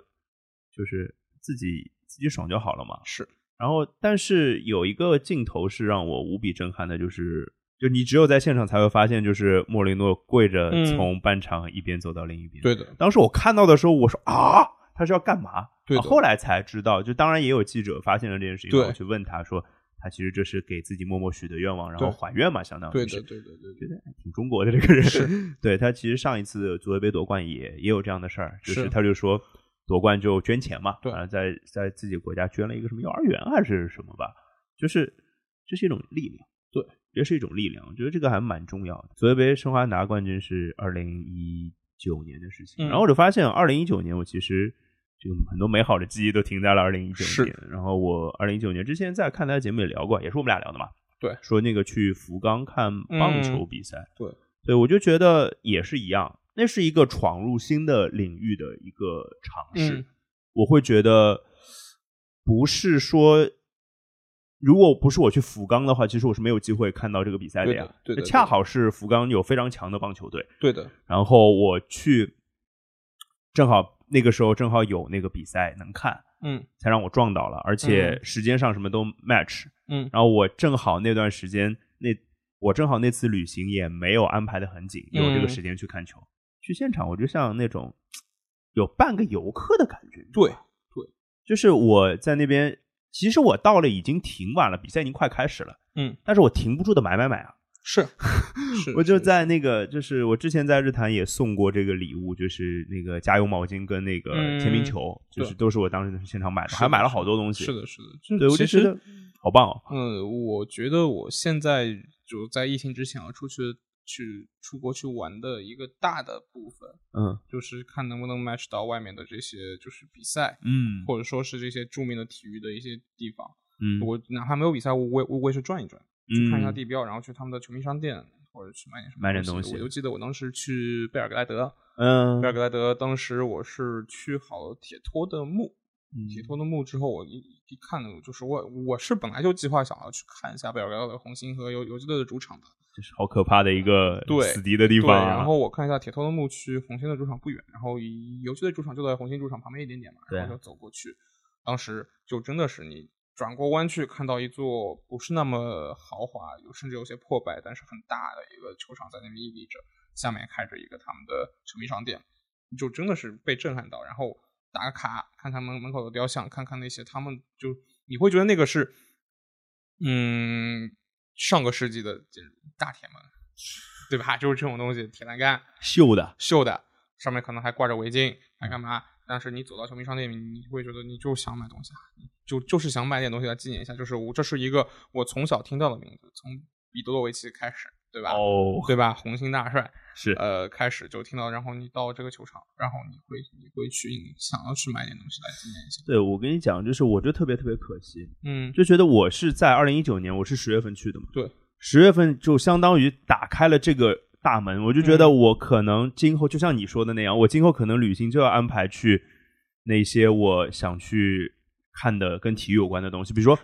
Speaker 1: 就是自己自己爽就好了嘛。
Speaker 2: 是
Speaker 1: 然后，但是有一个镜头是让我无比震撼的，就是就你只有在现场才会发现，就是莫雷诺跪着
Speaker 2: 嗯
Speaker 1: 从半场一边走到另一边。
Speaker 2: 对的，
Speaker 1: 当时我看到的时候，我说啊，他是要干嘛？
Speaker 2: 对
Speaker 1: 啊
Speaker 2: 的
Speaker 1: 后来才知道，就当然也有记者发现了这件事情，
Speaker 2: 对
Speaker 1: 然后去问他说，他其实这是给自己默默许的愿望，然后
Speaker 2: 对
Speaker 1: 还愿嘛，相当
Speaker 2: 对
Speaker 1: 于
Speaker 2: 的，
Speaker 1: 是。
Speaker 2: 对的，对的，
Speaker 1: 觉得哎挺中国的这个人，
Speaker 2: 是
Speaker 1: 对他其实上一次足协杯夺冠也也有这样的事儿，就是
Speaker 2: 是
Speaker 1: 他就说夺冠就捐钱嘛，
Speaker 2: 对
Speaker 1: 啊，在在自己国家捐了一个什么幼儿园还是什么吧，就是这是一种力量，
Speaker 2: 对，
Speaker 1: 这是一种力量，我觉得这个还蛮重要的。足协杯申花拿冠军是二零一九年的事情，
Speaker 2: 嗯
Speaker 1: 然后我就发现二零一九年我其实这个很多美好的记忆都停在了二零一九
Speaker 2: 是
Speaker 1: 年。然后我二零一九年之前在看他的节目也聊过，也是我们俩聊的嘛。
Speaker 2: 对嗯
Speaker 1: 说那个去福冈看棒球比赛。
Speaker 2: 对，
Speaker 1: 对我就觉得也是一样，那是一个闯入新的领域的一个尝试。
Speaker 2: 嗯
Speaker 1: 我会觉得不是说。如果不是我去福冈的话，其实我是没有机会看到这个比赛的呀。
Speaker 2: 对的对的对的
Speaker 1: 恰好是福冈有非常强的棒球队，
Speaker 2: 对的，
Speaker 1: 然后我去，正好那个时候正好有那个比赛能看，
Speaker 2: 嗯
Speaker 1: 才让我撞到了，而且时间上什么都 match、
Speaker 2: 嗯
Speaker 1: 然后我正好那段时间，那我正好那次旅行也没有安排的很紧，有这个
Speaker 2: 嗯
Speaker 1: 时间去看球，去现场我就像那种有半个游客的感觉，
Speaker 2: 对，
Speaker 1: 就是我在那边，其实我到了已经挺晚了，比赛已经快开始了，
Speaker 2: 嗯，
Speaker 1: 但是我停不住的买买买啊，
Speaker 2: 是是，
Speaker 1: 我就是在那个，就是我之前在日坛也送过这个礼物，就是那个家用毛巾跟那个
Speaker 2: 嗯
Speaker 1: 签名球，就是
Speaker 2: 对
Speaker 1: 都是我当时现场买的，
Speaker 2: 是
Speaker 1: 还买了
Speaker 2: 是
Speaker 1: 好多东西。
Speaker 2: 是的，是的，就
Speaker 1: 对我就
Speaker 2: 其
Speaker 1: 觉
Speaker 2: 实
Speaker 1: 得好棒哦。
Speaker 2: 嗯，我觉得我现在就在疫情之前，我出去去出国去玩的一个大的部分，
Speaker 1: 嗯
Speaker 2: 就是看能不能 match 到外面的这些就是比赛，
Speaker 1: 嗯
Speaker 2: 或者说是这些著名的体育的一些地方。
Speaker 1: 嗯，
Speaker 2: 我哪怕没有比赛，我我也我也去转一转，去看一下
Speaker 1: 嗯
Speaker 2: 地标，然后去他们的球迷商店。或者去买点什么
Speaker 1: 买点东
Speaker 2: 东
Speaker 1: 西
Speaker 2: 我就记得我当时去贝尔格莱德，
Speaker 1: 嗯
Speaker 2: 贝尔格莱德当时我是去好铁托的墓，
Speaker 1: 嗯
Speaker 2: 铁托的墓之后，我一一看呢，就是我我是本来就计划想要去看一下贝尔格莱德红星和游游击队的主场的，
Speaker 1: 这是好可怕的一个
Speaker 2: 对
Speaker 1: 死敌的地
Speaker 2: 对，
Speaker 1: 方啊。
Speaker 2: 然后我看一下铁托的墓去红星的主场不远，然后一游击队主场就在红星主场旁边一点点嘛，
Speaker 1: 对
Speaker 2: 然后就走过去，当时就真的是你转过弯去看到一座不是那么豪华，有甚至有些破败，但是很大的一个球场在那边屹立着，下面开着一个他们的球迷商店，就真的是被震撼到，然后打个卡，看看门门口的雕像，看看那些他们就你会觉得那个是，嗯，上个世纪的建筑大铁门，对吧？ 就是这种东西，铁栏杆
Speaker 1: 秀的，
Speaker 2: 绣的，上面可能还挂着围巾，还干嘛？但是你走到球迷商店里，你会觉得你就想买东西啊，你就就是想买点东西来纪念一下，就是我这是一个我从小听到的名字，从彼得洛维奇开始，对吧？
Speaker 1: 哦，
Speaker 2: 对吧？红星大帅，
Speaker 1: 是
Speaker 2: 呃，开始就听到，然后你到这个球场，然后你会你会去想要去买点东西来纪念一下。
Speaker 1: 对我跟你讲，就是我就特别特别可惜，
Speaker 2: 嗯，
Speaker 1: 就觉得我是在二零一九年，我是十月份去的嘛，
Speaker 2: 对，
Speaker 1: 十月份就相当于打开了这个大门，我就觉
Speaker 2: 嗯
Speaker 1: 得我可能今后、就像你说的那样，我今后可能旅行就要安排去那些我想去看的跟体育有关的东西，比如说，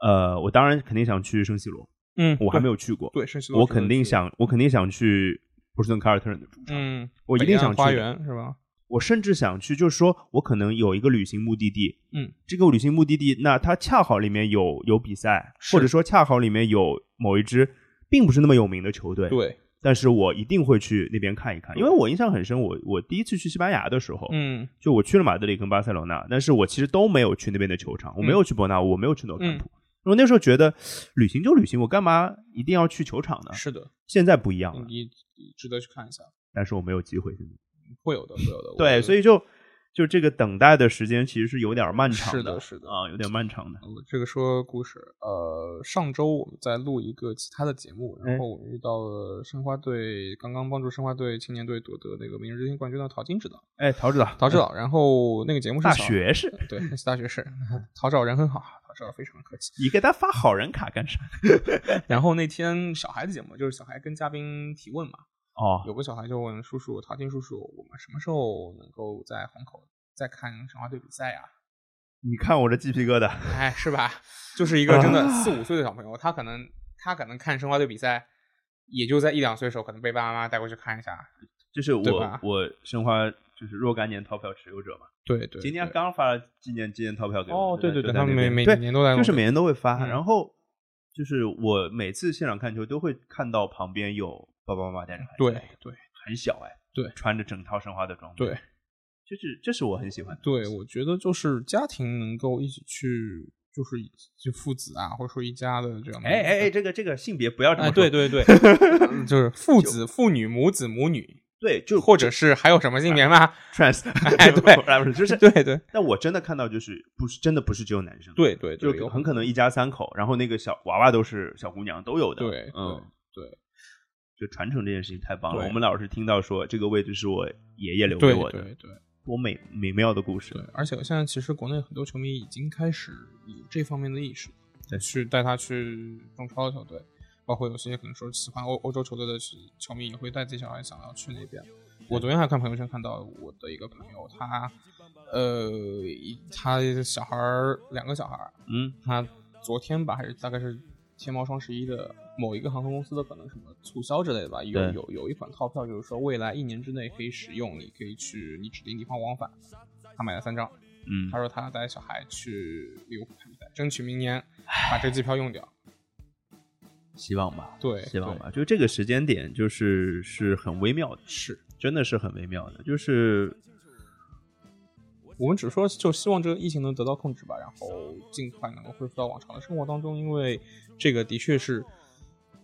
Speaker 1: 呃，我当然肯定想去圣西罗，
Speaker 2: 嗯，
Speaker 1: 我还没
Speaker 2: 有
Speaker 1: 有去过，
Speaker 2: 对，是西罗
Speaker 1: 我
Speaker 2: 是的
Speaker 1: 肯定
Speaker 2: 是的，
Speaker 1: 想，我肯定想去波士顿凯尔特人的主场，
Speaker 2: 嗯，
Speaker 1: 我一
Speaker 2: 北
Speaker 1: 定
Speaker 2: 岸
Speaker 1: 想去
Speaker 2: 花
Speaker 1: 的
Speaker 2: 园是吧？
Speaker 1: 我甚至想去，就是说我可能有一个旅行目的地，
Speaker 2: 嗯，
Speaker 1: 这个旅行目的地，那它恰好里面有有比赛，
Speaker 2: 是
Speaker 1: 或者说恰好里面有某一支并不是那么有名的球队，，
Speaker 2: 对，
Speaker 1: 但是我一定会去那边看一看，因为我印象很深，我我第一次去西班牙的时候，
Speaker 2: 嗯
Speaker 1: 就我去了马德里跟巴塞罗那，但是我其实都没有去那边的球
Speaker 2: 嗯
Speaker 1: 场，我没有去伯纳乌，我没有去诺坎普，因为那时候觉得旅行就旅行，我干嘛一定要去球场呢？
Speaker 2: 是嗯的，
Speaker 1: 现在不一样了，
Speaker 2: 你你值得去看一下，
Speaker 1: 但是我没有机会现在。
Speaker 2: 会有的，会有的。我觉
Speaker 1: 对，
Speaker 2: 得
Speaker 1: 所以就就这个等待的时间其实是有点漫长
Speaker 2: 是
Speaker 1: 的，
Speaker 2: 的是的
Speaker 1: 啊，有点漫长的。
Speaker 2: 我呃这个说故事，呃，上周我们在录一个其他的节目，
Speaker 1: 哎
Speaker 2: 然后我们遇到了申花队刚刚帮助申花队青年队夺得那个明日之星冠军的陶金指导，
Speaker 1: 哎，陶指导，
Speaker 2: 陶指
Speaker 1: 导，
Speaker 2: 导，然后那个节目是
Speaker 1: 大
Speaker 2: 想
Speaker 1: 学士，
Speaker 2: 对，山西大学士， 陶指导人很好，啊陶指导非常客气。
Speaker 1: 你给他发好人卡干啥？嗯
Speaker 2: 然后那天小孩的节目就是小孩跟嘉宾提问嘛，
Speaker 1: 哦，
Speaker 2: 有个小孩就问叔叔陶金叔叔，我们什么时候能够在虹口再看申花队比赛呀、
Speaker 1: 你看我这鸡皮疙 瘩，
Speaker 2: 哎，是吧？就是一个真的
Speaker 1: 啊
Speaker 2: 四五岁的小朋友，他可能他可能看申花队比赛，也就在一两岁的时候，可能被爸爸妈妈带过去看一下。
Speaker 1: 就是
Speaker 2: 对
Speaker 1: 我
Speaker 2: 吧
Speaker 1: 我申花就是若干年套票持有者嘛，
Speaker 2: 对对
Speaker 1: 今年刚发了纪念纪念套票给我，
Speaker 2: 哦，对
Speaker 1: 就在就
Speaker 2: 对对，
Speaker 1: 在
Speaker 2: 他们
Speaker 1: 那
Speaker 2: 每
Speaker 1: 边
Speaker 2: 每
Speaker 1: 对
Speaker 2: 年都在，
Speaker 1: 就是每年都会发，
Speaker 2: 嗯
Speaker 1: 然后就是我每次现场看球都会看到旁边有爸爸妈妈带着孩子，
Speaker 2: 对对
Speaker 1: 很小哎，
Speaker 2: 对
Speaker 1: 穿着整套申花的装备，
Speaker 2: 对，
Speaker 1: 就是这是我很喜欢的，
Speaker 2: 对，我觉得就是家庭能够一起去，就是就父子啊，或者说一家的这样的。
Speaker 1: 哎哎哎，这个这个性别不要这么
Speaker 2: 哎，
Speaker 1: 说
Speaker 2: 对对对， 就是父子、父女、母子、母女，
Speaker 1: 对，就
Speaker 2: 或者是还有什么性别吗？
Speaker 1: trans，
Speaker 2: 哎对
Speaker 1: 不是就是
Speaker 2: 对对。
Speaker 1: 但我真的看到就是不是真的不是只有男生，，
Speaker 2: 对对
Speaker 1: 就
Speaker 2: 对，
Speaker 1: 是
Speaker 2: 有
Speaker 1: 很可能一家三口，然后那个小娃娃都是小姑娘都有的，
Speaker 2: 对
Speaker 1: 嗯，
Speaker 2: 对对，
Speaker 1: 就传承这件事情太棒了。
Speaker 2: 对
Speaker 1: 我们老师听到说这个位置是我爷爷留给
Speaker 2: 对
Speaker 1: 我的，
Speaker 2: 对对，
Speaker 1: 多美美妙的故事
Speaker 2: 对。，而且现在其实国内很多球迷已经开始有这方面的意识，
Speaker 1: 对
Speaker 2: 去带他去中超的球队，包括有些可能说喜欢欧欧洲球队的球迷也会带自己小孩想要去那边。我昨天还看朋友圈看到我的一个朋友，他呃，一他小孩儿两个小孩儿，
Speaker 1: 嗯，
Speaker 2: 他昨天吧还是大概是天猫双十一的某一个航空公司的可能什么促销之类的吧，有
Speaker 1: 对
Speaker 2: 有有一款套票，就是说未来一年之内可以使用，你可以去你指定地方往返。他买了三张，
Speaker 1: 嗯
Speaker 2: 他，说他要带小孩去利物浦看比赛，争取明年把这机票用掉。
Speaker 1: 希望吧，
Speaker 2: 对
Speaker 1: 希望
Speaker 2: 对
Speaker 1: 吧。就这个时间点，就是是很微妙的，
Speaker 2: 是
Speaker 1: 真的是很微妙的。就是
Speaker 2: 我们只说就希望这个疫情能得到控制吧，然后尽快能够恢复到往常的生活当中，因为这个的确是，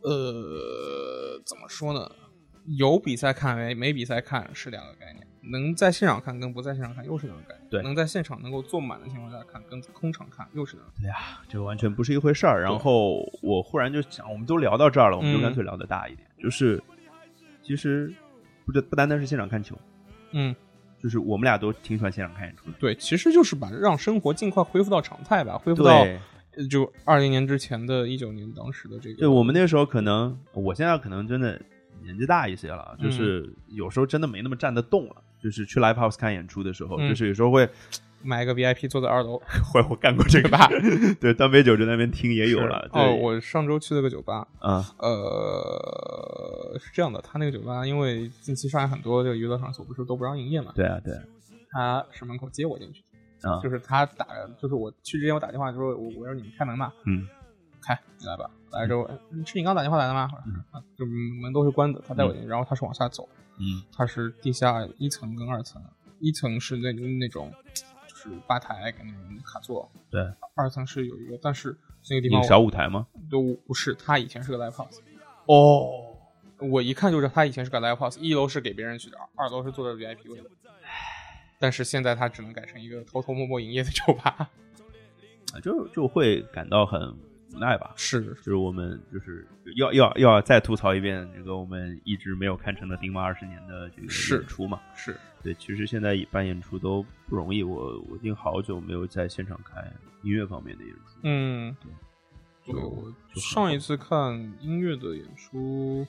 Speaker 2: 呃，怎么说呢？有比赛看没没比赛看是两个概念，能在现场看跟不在现场看又是两个概念。
Speaker 1: 对
Speaker 2: 能在现场能够坐满的情况下看，跟空场看又是两个概念。
Speaker 1: 这完全不是一回事儿。然后我忽然就想，我们都聊到这儿了，我们就
Speaker 2: 嗯
Speaker 1: 干脆聊得大一点。就是其实不不单单是现场看球，
Speaker 2: 嗯，
Speaker 1: 就是我们俩都挺喜欢现场看演出的。
Speaker 2: 对，其实就是把让生活尽快恢复到常态吧，恢复到
Speaker 1: 对，
Speaker 2: 呃就二零年之前的一九年当时的这个。
Speaker 1: 对我们那时候可能，我现在可能真的年纪大一些了，
Speaker 2: 嗯
Speaker 1: 就是有时候真的没那么站得动了。就是去 live house 看演出的时候，
Speaker 2: 嗯
Speaker 1: 就是有时候会
Speaker 2: 买一个 VIP 坐在二楼，
Speaker 1: 会我干过这个吧？ 对，端杯酒就在那边听也有了。对
Speaker 2: 哦，我上周去了个酒吧，
Speaker 1: 啊，
Speaker 2: 呃，是这样的，他那个酒吧因为近期上海很多这个娱乐场所不是都不让营业嘛，
Speaker 1: 对啊，对啊
Speaker 2: 他是门口接我进去，
Speaker 1: 啊，
Speaker 2: 就是他打，就是我去之前我打电话就说，我我要你们开门嘛，
Speaker 1: 嗯，
Speaker 2: 开你来吧，来之后嗯是你刚打电话来的吗？啊就门都是关的，他带我进去，然后他是往下走，
Speaker 1: 嗯
Speaker 2: 它是地下一层跟二层，一层是那种那种就是吧台跟那种卡座，
Speaker 1: 对，
Speaker 2: 二层是有一个，但是那个地
Speaker 1: 你
Speaker 2: 方
Speaker 1: 有
Speaker 2: 我
Speaker 1: 小舞台吗？
Speaker 2: 都不是，他以前是个 live house。
Speaker 1: 哦，
Speaker 2: 我一看就知道他以前是个 live house，一楼是给别人去的，二楼是坐着 VIP 位的。但是现在他只能改成一个偷偷摸摸营业的酒吧。
Speaker 1: 啊就就会感到很无奈吧。
Speaker 2: 是
Speaker 1: 就是我们就是要要要再吐槽一遍这个我们一直没有看成的丁满二十年的这
Speaker 2: 是
Speaker 1: 个演出嘛？
Speaker 2: 是，
Speaker 1: 对，其实现在办演出都不容易，我我已经好久没有在现场看音乐方面的演出。
Speaker 2: 嗯，
Speaker 1: 就
Speaker 2: 对我
Speaker 1: 就
Speaker 2: 上一次看音乐的演出，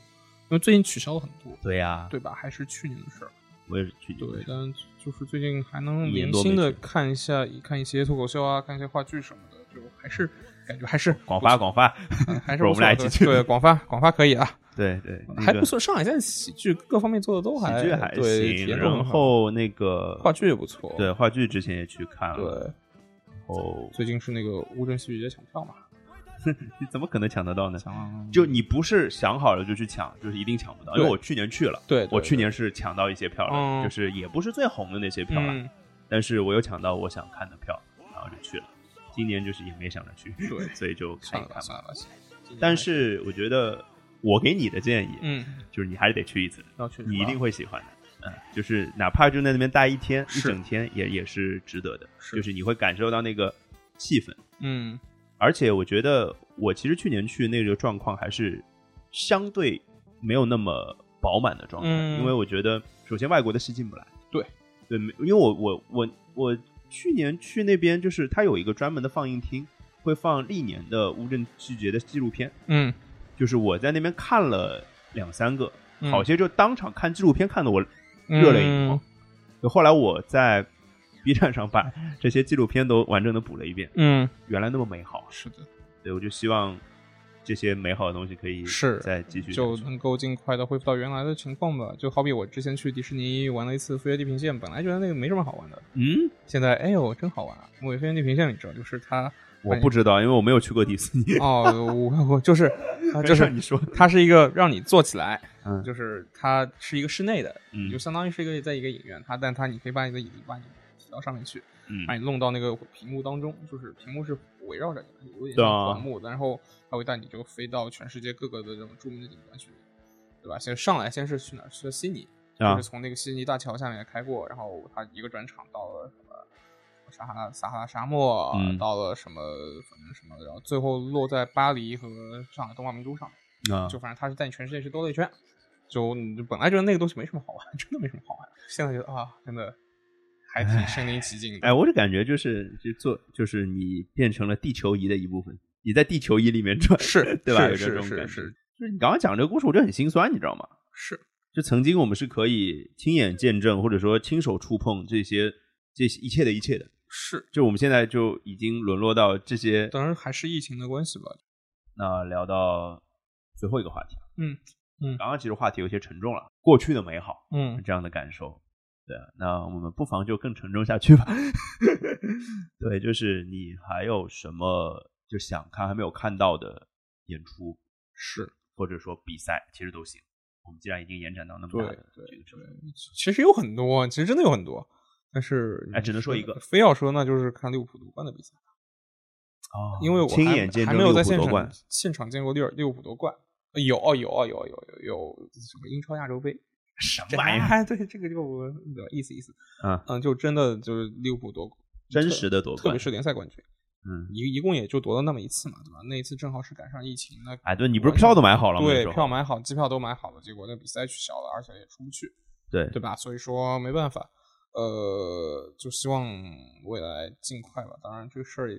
Speaker 2: 因为最近取消了很多，
Speaker 1: 对呀、
Speaker 2: 对吧？还是去年的事儿。
Speaker 1: 我也是去年
Speaker 2: 对，但就是最近还能
Speaker 1: 一年
Speaker 2: 零
Speaker 1: 多
Speaker 2: 星
Speaker 1: 没
Speaker 2: 的
Speaker 1: 去
Speaker 2: 看一下，看一些脱口秀啊，看一些话剧什么的，就还是感觉还是
Speaker 1: 广发广发，
Speaker 2: 还
Speaker 1: 不是
Speaker 2: 是不
Speaker 1: 我们俩一
Speaker 2: 错
Speaker 1: 起去
Speaker 2: 的对
Speaker 1: 的。
Speaker 2: 广发广发可以啊，
Speaker 1: 对对，那
Speaker 2: 还
Speaker 1: 个
Speaker 2: 不错，上海现在喜剧各方面做的都还
Speaker 1: 喜剧还
Speaker 2: 对，体
Speaker 1: 行，
Speaker 2: 验都很
Speaker 1: 然
Speaker 2: 好
Speaker 1: 后那个
Speaker 2: 话剧也不错。
Speaker 1: 对话剧之前也去看了，
Speaker 2: 对，
Speaker 1: 然后
Speaker 2: 最近是那个乌镇戏剧节抢票嘛，
Speaker 1: 你怎么可能抢得到呢？
Speaker 2: 抢
Speaker 1: 就你不是想好了就去抢，就是一定抢不到。因为
Speaker 2: 对
Speaker 1: 我去年去了，
Speaker 2: 对对
Speaker 1: 我去年是抢到一些票
Speaker 2: 嗯
Speaker 1: 了，就是也不是最红的那些票了，
Speaker 2: 嗯，
Speaker 1: 但是我有抢到我想看的票，然后就去了。今年就是也没想着去，
Speaker 2: 对
Speaker 1: 所以就看
Speaker 2: 算
Speaker 1: 一
Speaker 2: 了吧
Speaker 1: 看
Speaker 2: 算
Speaker 1: 吧。
Speaker 2: 了吧，
Speaker 1: 哎但是我觉得我给你的建议，
Speaker 2: 嗯，
Speaker 1: 就是你还是得去一次，
Speaker 2: 要去
Speaker 1: 你一定
Speaker 2: 会
Speaker 1: 会喜欢的。嗯，就是哪怕就在那边待一天一
Speaker 2: 是
Speaker 1: 整天也，也是值得的。
Speaker 2: 是
Speaker 1: 就是你会感受到那个气氛，
Speaker 2: 嗯
Speaker 1: 而且我觉得我其实去年去那个状况还是相对没有那么饱满的状态，
Speaker 2: 嗯
Speaker 1: 因为我觉得首先外国的戏进不来，
Speaker 2: 对
Speaker 1: 对，没因为我我我我去年去那边就是它有一个专门的放映厅，会放历年的乌镇戏剧节的纪录片，
Speaker 2: 嗯，
Speaker 1: 就是我在那边看了两三个，
Speaker 2: 嗯
Speaker 1: 好些就当场看纪录片看的我热泪盈眶。就后来我在 B 站上把这些纪录片都完整的补了一遍，
Speaker 2: 嗯，嗯
Speaker 1: 原来那么美好。啊
Speaker 2: 是的，
Speaker 1: 对，我就希望这些美好的东西可以
Speaker 2: 是
Speaker 1: 再继续下
Speaker 2: 就
Speaker 1: 去
Speaker 2: 能够尽快的恢复到原来的情况吧。就好比我之前去迪士尼玩了一次《飞越地平线》，本来觉得那个没什么好玩的，
Speaker 1: 嗯，
Speaker 2: 现在哎呦真好玩啊！因为《飞越地平线》你知道，就是 它
Speaker 1: 我不知道，因为我没有去过迪士尼。
Speaker 2: 哦，我我就是啊就是
Speaker 1: 你说，
Speaker 2: 它是一个让你坐起来，
Speaker 1: 嗯
Speaker 2: 就是它是一个室内的，
Speaker 1: 嗯
Speaker 2: 就相当于是一个在一个影院，它但它你可以把你的椅子把你提到上面去，
Speaker 1: 嗯
Speaker 2: 把你弄到那个屏幕当中，就是屏幕是围绕着你的，有点
Speaker 1: 对
Speaker 2: 像
Speaker 1: 啊
Speaker 2: 环幕，然后它会带你就飞到全世界各个的这种著名的景观去，对吧？先上来先是去哪儿？去了悉尼，
Speaker 1: 啊
Speaker 2: 就是从那个悉尼大桥下面开过，然后它一个转场到了什么撒哈拉撒哈拉沙漠，
Speaker 1: 嗯
Speaker 2: 到了什么反正什么，然后最后落在巴黎和上海东方明珠上，
Speaker 1: 啊
Speaker 2: 就反正它是带你全世界去兜了一圈。 就你本来觉得那个东西没什么好玩，真的没什么好玩，现在觉得啊，真的还挺身临其境的。
Speaker 1: 哎，我就感觉就是就做就是你变成了地球仪的一部分，你在地球仪里面转，
Speaker 2: 是
Speaker 1: 对吧？有
Speaker 2: 是
Speaker 1: 这种
Speaker 2: 是
Speaker 1: 感觉。
Speaker 2: 是是
Speaker 1: 就是你刚刚讲这个故事，我就很心酸，你知道吗？
Speaker 2: 是
Speaker 1: 就曾经我们是可以亲眼见证，或者说亲手触碰这些这些一切的一切的，
Speaker 2: 是，
Speaker 1: 就我们现在就已经沦落到这些。
Speaker 2: 当然还是疫情的关系吧。
Speaker 1: 那聊到最后一个话题，
Speaker 2: 嗯嗯
Speaker 1: 刚刚其实话题有些沉重了，过去的美好
Speaker 2: 嗯，
Speaker 1: 这样的感受，对啊，那我们不妨就更沉重下去吧。 对，就是你还有什么就想看还没有看到的演出，
Speaker 2: 是
Speaker 1: 或者说比赛，其实都行。我们既然已经延展到那么
Speaker 2: 对
Speaker 1: 大的
Speaker 2: 对
Speaker 1: 这个程度，
Speaker 2: 对，其实有很多，其实真的有很多，但是
Speaker 1: 哎只能说一个
Speaker 2: 非要说那就是看利物浦夺冠的比赛，
Speaker 1: 哦
Speaker 2: 因为我
Speaker 1: 亲
Speaker 2: 还
Speaker 1: 眼见
Speaker 2: 还
Speaker 1: 证
Speaker 2: 没
Speaker 1: 利物
Speaker 2: 有在
Speaker 1: 浦
Speaker 2: 现
Speaker 1: 夺冠
Speaker 2: 场，现场见过利尔利物浦夺冠。呃有哦有哦有哦有有有什么英超亚洲杯，
Speaker 1: 什
Speaker 2: 这
Speaker 1: 么玩意儿？
Speaker 2: 哎 对这个就我对吧意思意思，
Speaker 1: 啊，
Speaker 2: 嗯，就真的就是利物浦夺
Speaker 1: 真
Speaker 2: 特
Speaker 1: 实的夺
Speaker 2: 特别
Speaker 1: 冠，
Speaker 2: 是联赛冠军，
Speaker 1: 嗯，
Speaker 2: 一一共也就夺了那么一次嘛，对吧？那一次正好是赶上疫情，那
Speaker 1: 哎，对你不是票都买好了吗？那
Speaker 2: 对
Speaker 1: 时候
Speaker 2: 票买好，机票都买好了，结果那比赛取消了，而且也出不去，
Speaker 1: 对
Speaker 2: 对吧？所以说没办法，呃，就希望未来尽快吧。当然这个事儿也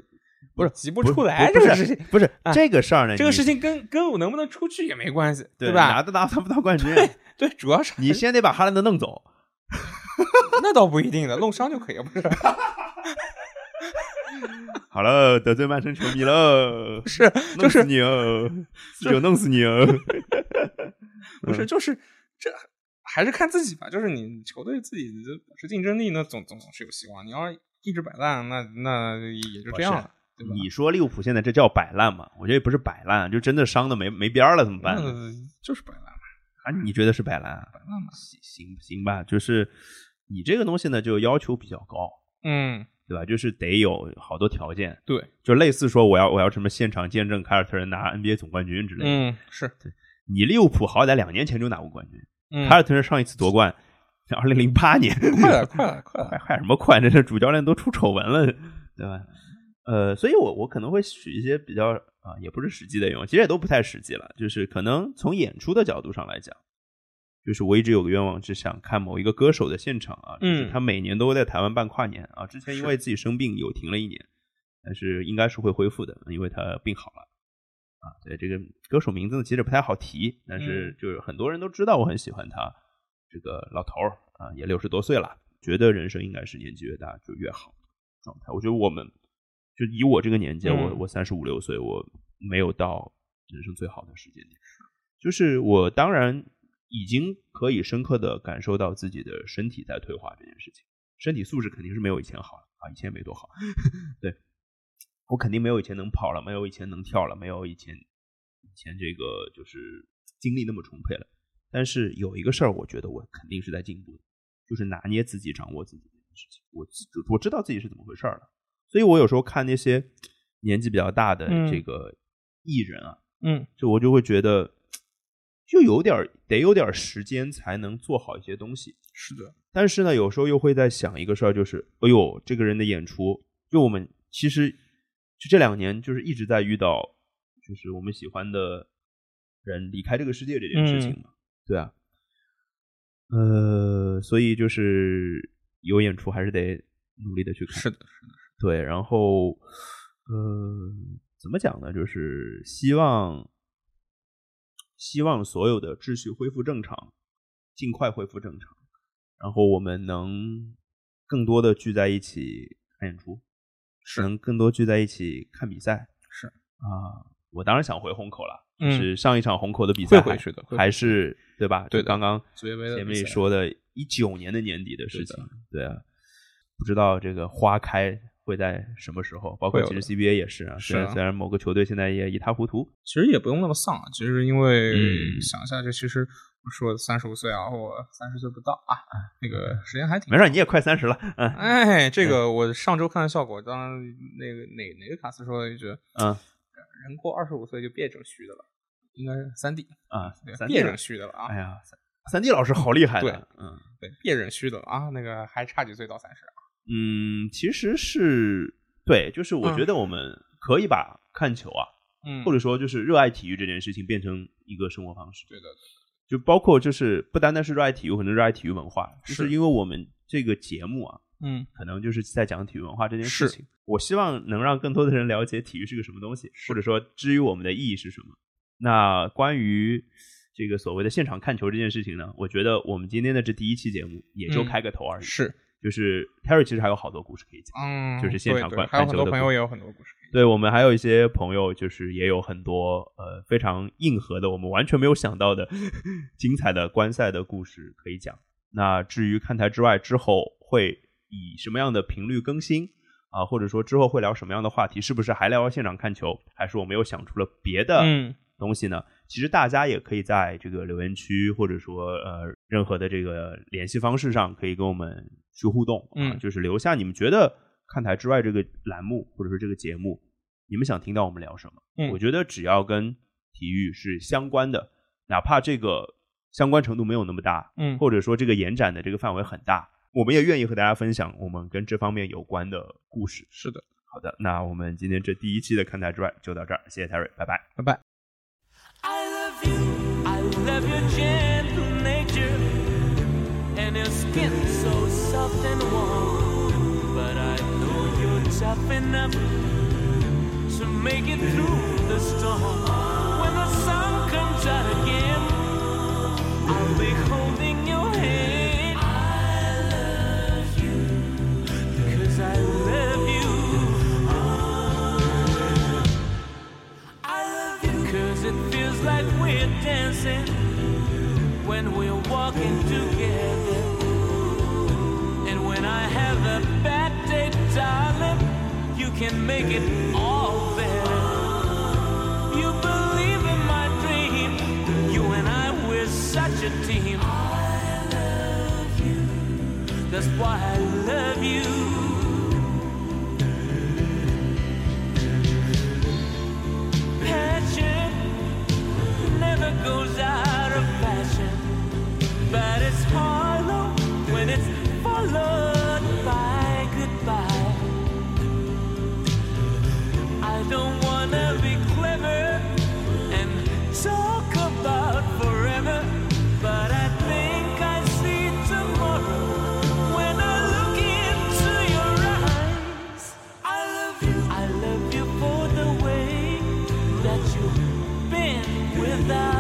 Speaker 1: 不是
Speaker 2: 急不出来，
Speaker 1: 不
Speaker 2: 这个
Speaker 1: 是
Speaker 2: 事情，
Speaker 1: 不是
Speaker 2: 啊
Speaker 1: 这个事儿呢？
Speaker 2: 这个
Speaker 1: 你
Speaker 2: 事情跟跟我能不能出去也没关系，
Speaker 1: 对拿
Speaker 2: 吧？
Speaker 1: 得到拿不到冠军，
Speaker 2: 对，主要是
Speaker 1: 你先得把哈兰德弄走。
Speaker 2: 那倒不一定的，弄伤就可以了，不 是？
Speaker 1: 好了，得罪曼城球迷了，
Speaker 2: 是
Speaker 1: 弄
Speaker 2: 就
Speaker 1: 死
Speaker 2: 是
Speaker 1: 你哦，就弄死你哦。
Speaker 2: 不
Speaker 1: 嗯
Speaker 2: 是，就是这还是看自己吧。就是你球队自己的保持竞争力，那总总总是有希望。你要是一直摆烂，那那也就
Speaker 1: 不
Speaker 2: 这样
Speaker 1: 是
Speaker 2: 了，对吧？
Speaker 1: 你说利物浦现在这叫摆烂吗？我觉得也不是摆烂，就真的伤的没没边儿了，怎么办呢？
Speaker 2: 嗯，就是摆烂嘛。
Speaker 1: 啊，你觉得是摆烂啊？摆
Speaker 2: 烂吧
Speaker 1: 行行行吧，就是你这个东西呢，就要求比较高，
Speaker 2: 嗯，
Speaker 1: 对吧？就是得有好多条件，
Speaker 2: 对，
Speaker 1: 就类似说我要我要什么现场见证凯尔特人拿 NBA 总冠军之类的。
Speaker 2: 嗯，是，
Speaker 1: 你利物浦好歹两年前就拿过冠军，
Speaker 2: 嗯
Speaker 1: 凯，尔特人上一次夺冠， 二零零八年，
Speaker 2: 快了，快了，
Speaker 1: 快
Speaker 2: 快了。
Speaker 1: 快什么快？这是主教练都出丑闻了，对吧？呃，所以我我可能会取一些比较啊、也不是实际的用，其实也都不太实际了，就是可能从演出的角度上来讲，就是我一直有个愿望是想看某一个歌手的现场啊，就是
Speaker 2: 嗯
Speaker 1: 他每年都会在台湾办跨年啊，之前因
Speaker 2: 是
Speaker 1: 为自己生病有停了一年，但是应该是会恢复的，因为他病好了。啊，对这个歌手名字呢，其实不太好提，但是就是很多人都知道我很喜欢他。这个老头儿啊，也六十多岁了，觉得人生应该是年纪越大就越好的状态。我觉得我们就以我这个年纪，啊
Speaker 2: 嗯
Speaker 1: 我我三十五六岁，我没有到人生最好的时间点。就是我当然已经可以深刻的感受到自己的身体在退化这件事情，身体素质肯定是没有以前好了啊，以前也没多好，对我肯定没有以前能跑了，没有以前能跳了，没有以前以前这个就是精力那么充沛了。但是有一个事儿，我觉得我肯定是在进步的，就是拿捏自己、掌握自己这件事情。我自我知道自己是怎么回事儿了，所以我有时候看那些年纪比较大的
Speaker 2: 嗯
Speaker 1: 这个艺人啊，
Speaker 2: 嗯，
Speaker 1: 就我就会觉得，就有点儿得有点儿时间才能做好一些东西。
Speaker 2: 是的，
Speaker 1: 但是呢，有时候又会在想一个事儿，就是哎呦，这个人的演出，就我们其实就这两年就是一直在遇到，就是我们喜欢的人离开这个世界这件事情嘛，对啊，呃，所以就是有演出还是得努力的去看，
Speaker 2: 是的，是的，
Speaker 1: 对，然后，呃，怎么讲呢？就是希望，希望所有的秩序恢复正常，尽快恢复正常，然后我们能更多的聚在一起看演出，
Speaker 2: 是
Speaker 1: 能更多聚在一起看比赛，
Speaker 2: 是
Speaker 1: 啊、我当然想回虹口了，就
Speaker 2: 嗯
Speaker 1: 是上一场虹口的比赛
Speaker 2: 会回
Speaker 1: 还
Speaker 2: 去的会回
Speaker 1: 还是对吧？
Speaker 2: 对
Speaker 1: 就
Speaker 2: 的
Speaker 1: 刚刚
Speaker 2: 足协杯的
Speaker 1: 前
Speaker 2: 比
Speaker 1: 面
Speaker 2: 赛
Speaker 1: 说的，一九年的年底的事
Speaker 2: 对
Speaker 1: 情
Speaker 2: 的，
Speaker 1: 对啊，不知道这个花开会在什么时候，包括
Speaker 2: 会有
Speaker 1: 其实
Speaker 2: 的
Speaker 1: CBA 也是啊，
Speaker 2: 是
Speaker 1: 虽然
Speaker 2: 啊
Speaker 1: 虽然某个球队现在也一塌糊涂，
Speaker 2: 其实也不用那么丧啊，其实因为
Speaker 1: 嗯
Speaker 2: 想一下，这其实我说三十五岁啊，我三十岁不到啊，那个时间还挺
Speaker 1: 哎没事儿，你也快三十了，嗯
Speaker 2: 哎，这个我上周看的效果，当然那个哪哪个卡斯说了一句，
Speaker 1: 嗯
Speaker 2: 人过二十五岁就别整虚的了，应该是三 D，
Speaker 1: 啊
Speaker 2: 对，
Speaker 1: 三 D
Speaker 2: 别
Speaker 1: 了
Speaker 2: 整虚的了啊，
Speaker 1: 哎呀，三三 D 老师好厉害
Speaker 2: 对
Speaker 1: 的，嗯
Speaker 2: 对，别整虚的了啊，那个还差几岁到三十啊，
Speaker 1: 嗯，其实是对，就是我
Speaker 2: 嗯
Speaker 1: 觉得我们可以把看球啊，
Speaker 2: 嗯，
Speaker 1: 或者说就是热爱体育这件事情变成一个生活方式，
Speaker 2: 对的，
Speaker 1: 就包括就是不单单是热爱体育，可能热爱体育文化，就是
Speaker 2: 是
Speaker 1: 因为我们这个节目啊，
Speaker 2: 嗯，
Speaker 1: 可能就是在讲体育文化这件事
Speaker 2: 是
Speaker 1: 情。我希望能让更多的人了解体育是个什么东西，或者说至于我们的意义是什么。那关于这个所谓的现场看球这件事情呢，我觉得我们今天的这第一期节目也就
Speaker 2: 嗯
Speaker 1: 开个头而已。
Speaker 2: 是，
Speaker 1: 就是 Terry 其实还有好多故事可以讲。
Speaker 2: 嗯，
Speaker 1: 就是现场
Speaker 2: 对
Speaker 1: 观
Speaker 2: 对还有
Speaker 1: 看
Speaker 2: 很
Speaker 1: 球
Speaker 2: 多
Speaker 1: 的部
Speaker 2: 朋友
Speaker 1: 分
Speaker 2: 也有很多故事可以
Speaker 1: 对我们还有一些朋友，就是也有很多呃非常硬核的，我们完全没有想到的 精彩的观赛的故事可以讲。那至于看台之外之后会以什么样的频率更新啊、或者说之后会聊什么样的话题，是不是还聊现场看球，还是我们又想出了别的
Speaker 2: 讲，嗯，
Speaker 1: 东西呢？其实大家也可以在这个留言区，或者说呃任何的这个联系方式上，可以跟我们去互动，啊
Speaker 2: 嗯
Speaker 1: 就是留下你们觉得看台之外这个栏目或者说这个节目，你们想听到我们聊什么？
Speaker 2: 嗯
Speaker 1: 我觉得只要跟体育是相关的，哪怕这个相关程度没有那么大，
Speaker 2: 嗯
Speaker 1: 或者说这个延展的这个范围很大，我们也愿意和大家分享我们跟这方面有关的故事。
Speaker 2: 是的，
Speaker 1: 好的，那我们今天这第一期的看台之外就到这儿，谢谢 Terry，拜拜。
Speaker 2: 拜拜。
Speaker 3: I love you. I love your gentle nature and your skin so soft and warm. But I know you're tough enough to make it through the storm. When the sun comes out again, I'll be holding your hand. I love you because I love you. I love you cause it feels like we're dancing when we're walking together. And when I have a bad day, darling, you can make it all better. You believe in my dream. You and I, we're such a team. I love you. That's why I love you. passion never goes out of fashion, but it's hollow when it's followed by goodbye. I don't wanna be clever and talk about forever, but I think I see tomorrow when I look into your eyes. I love you. I love you for the way that you've been without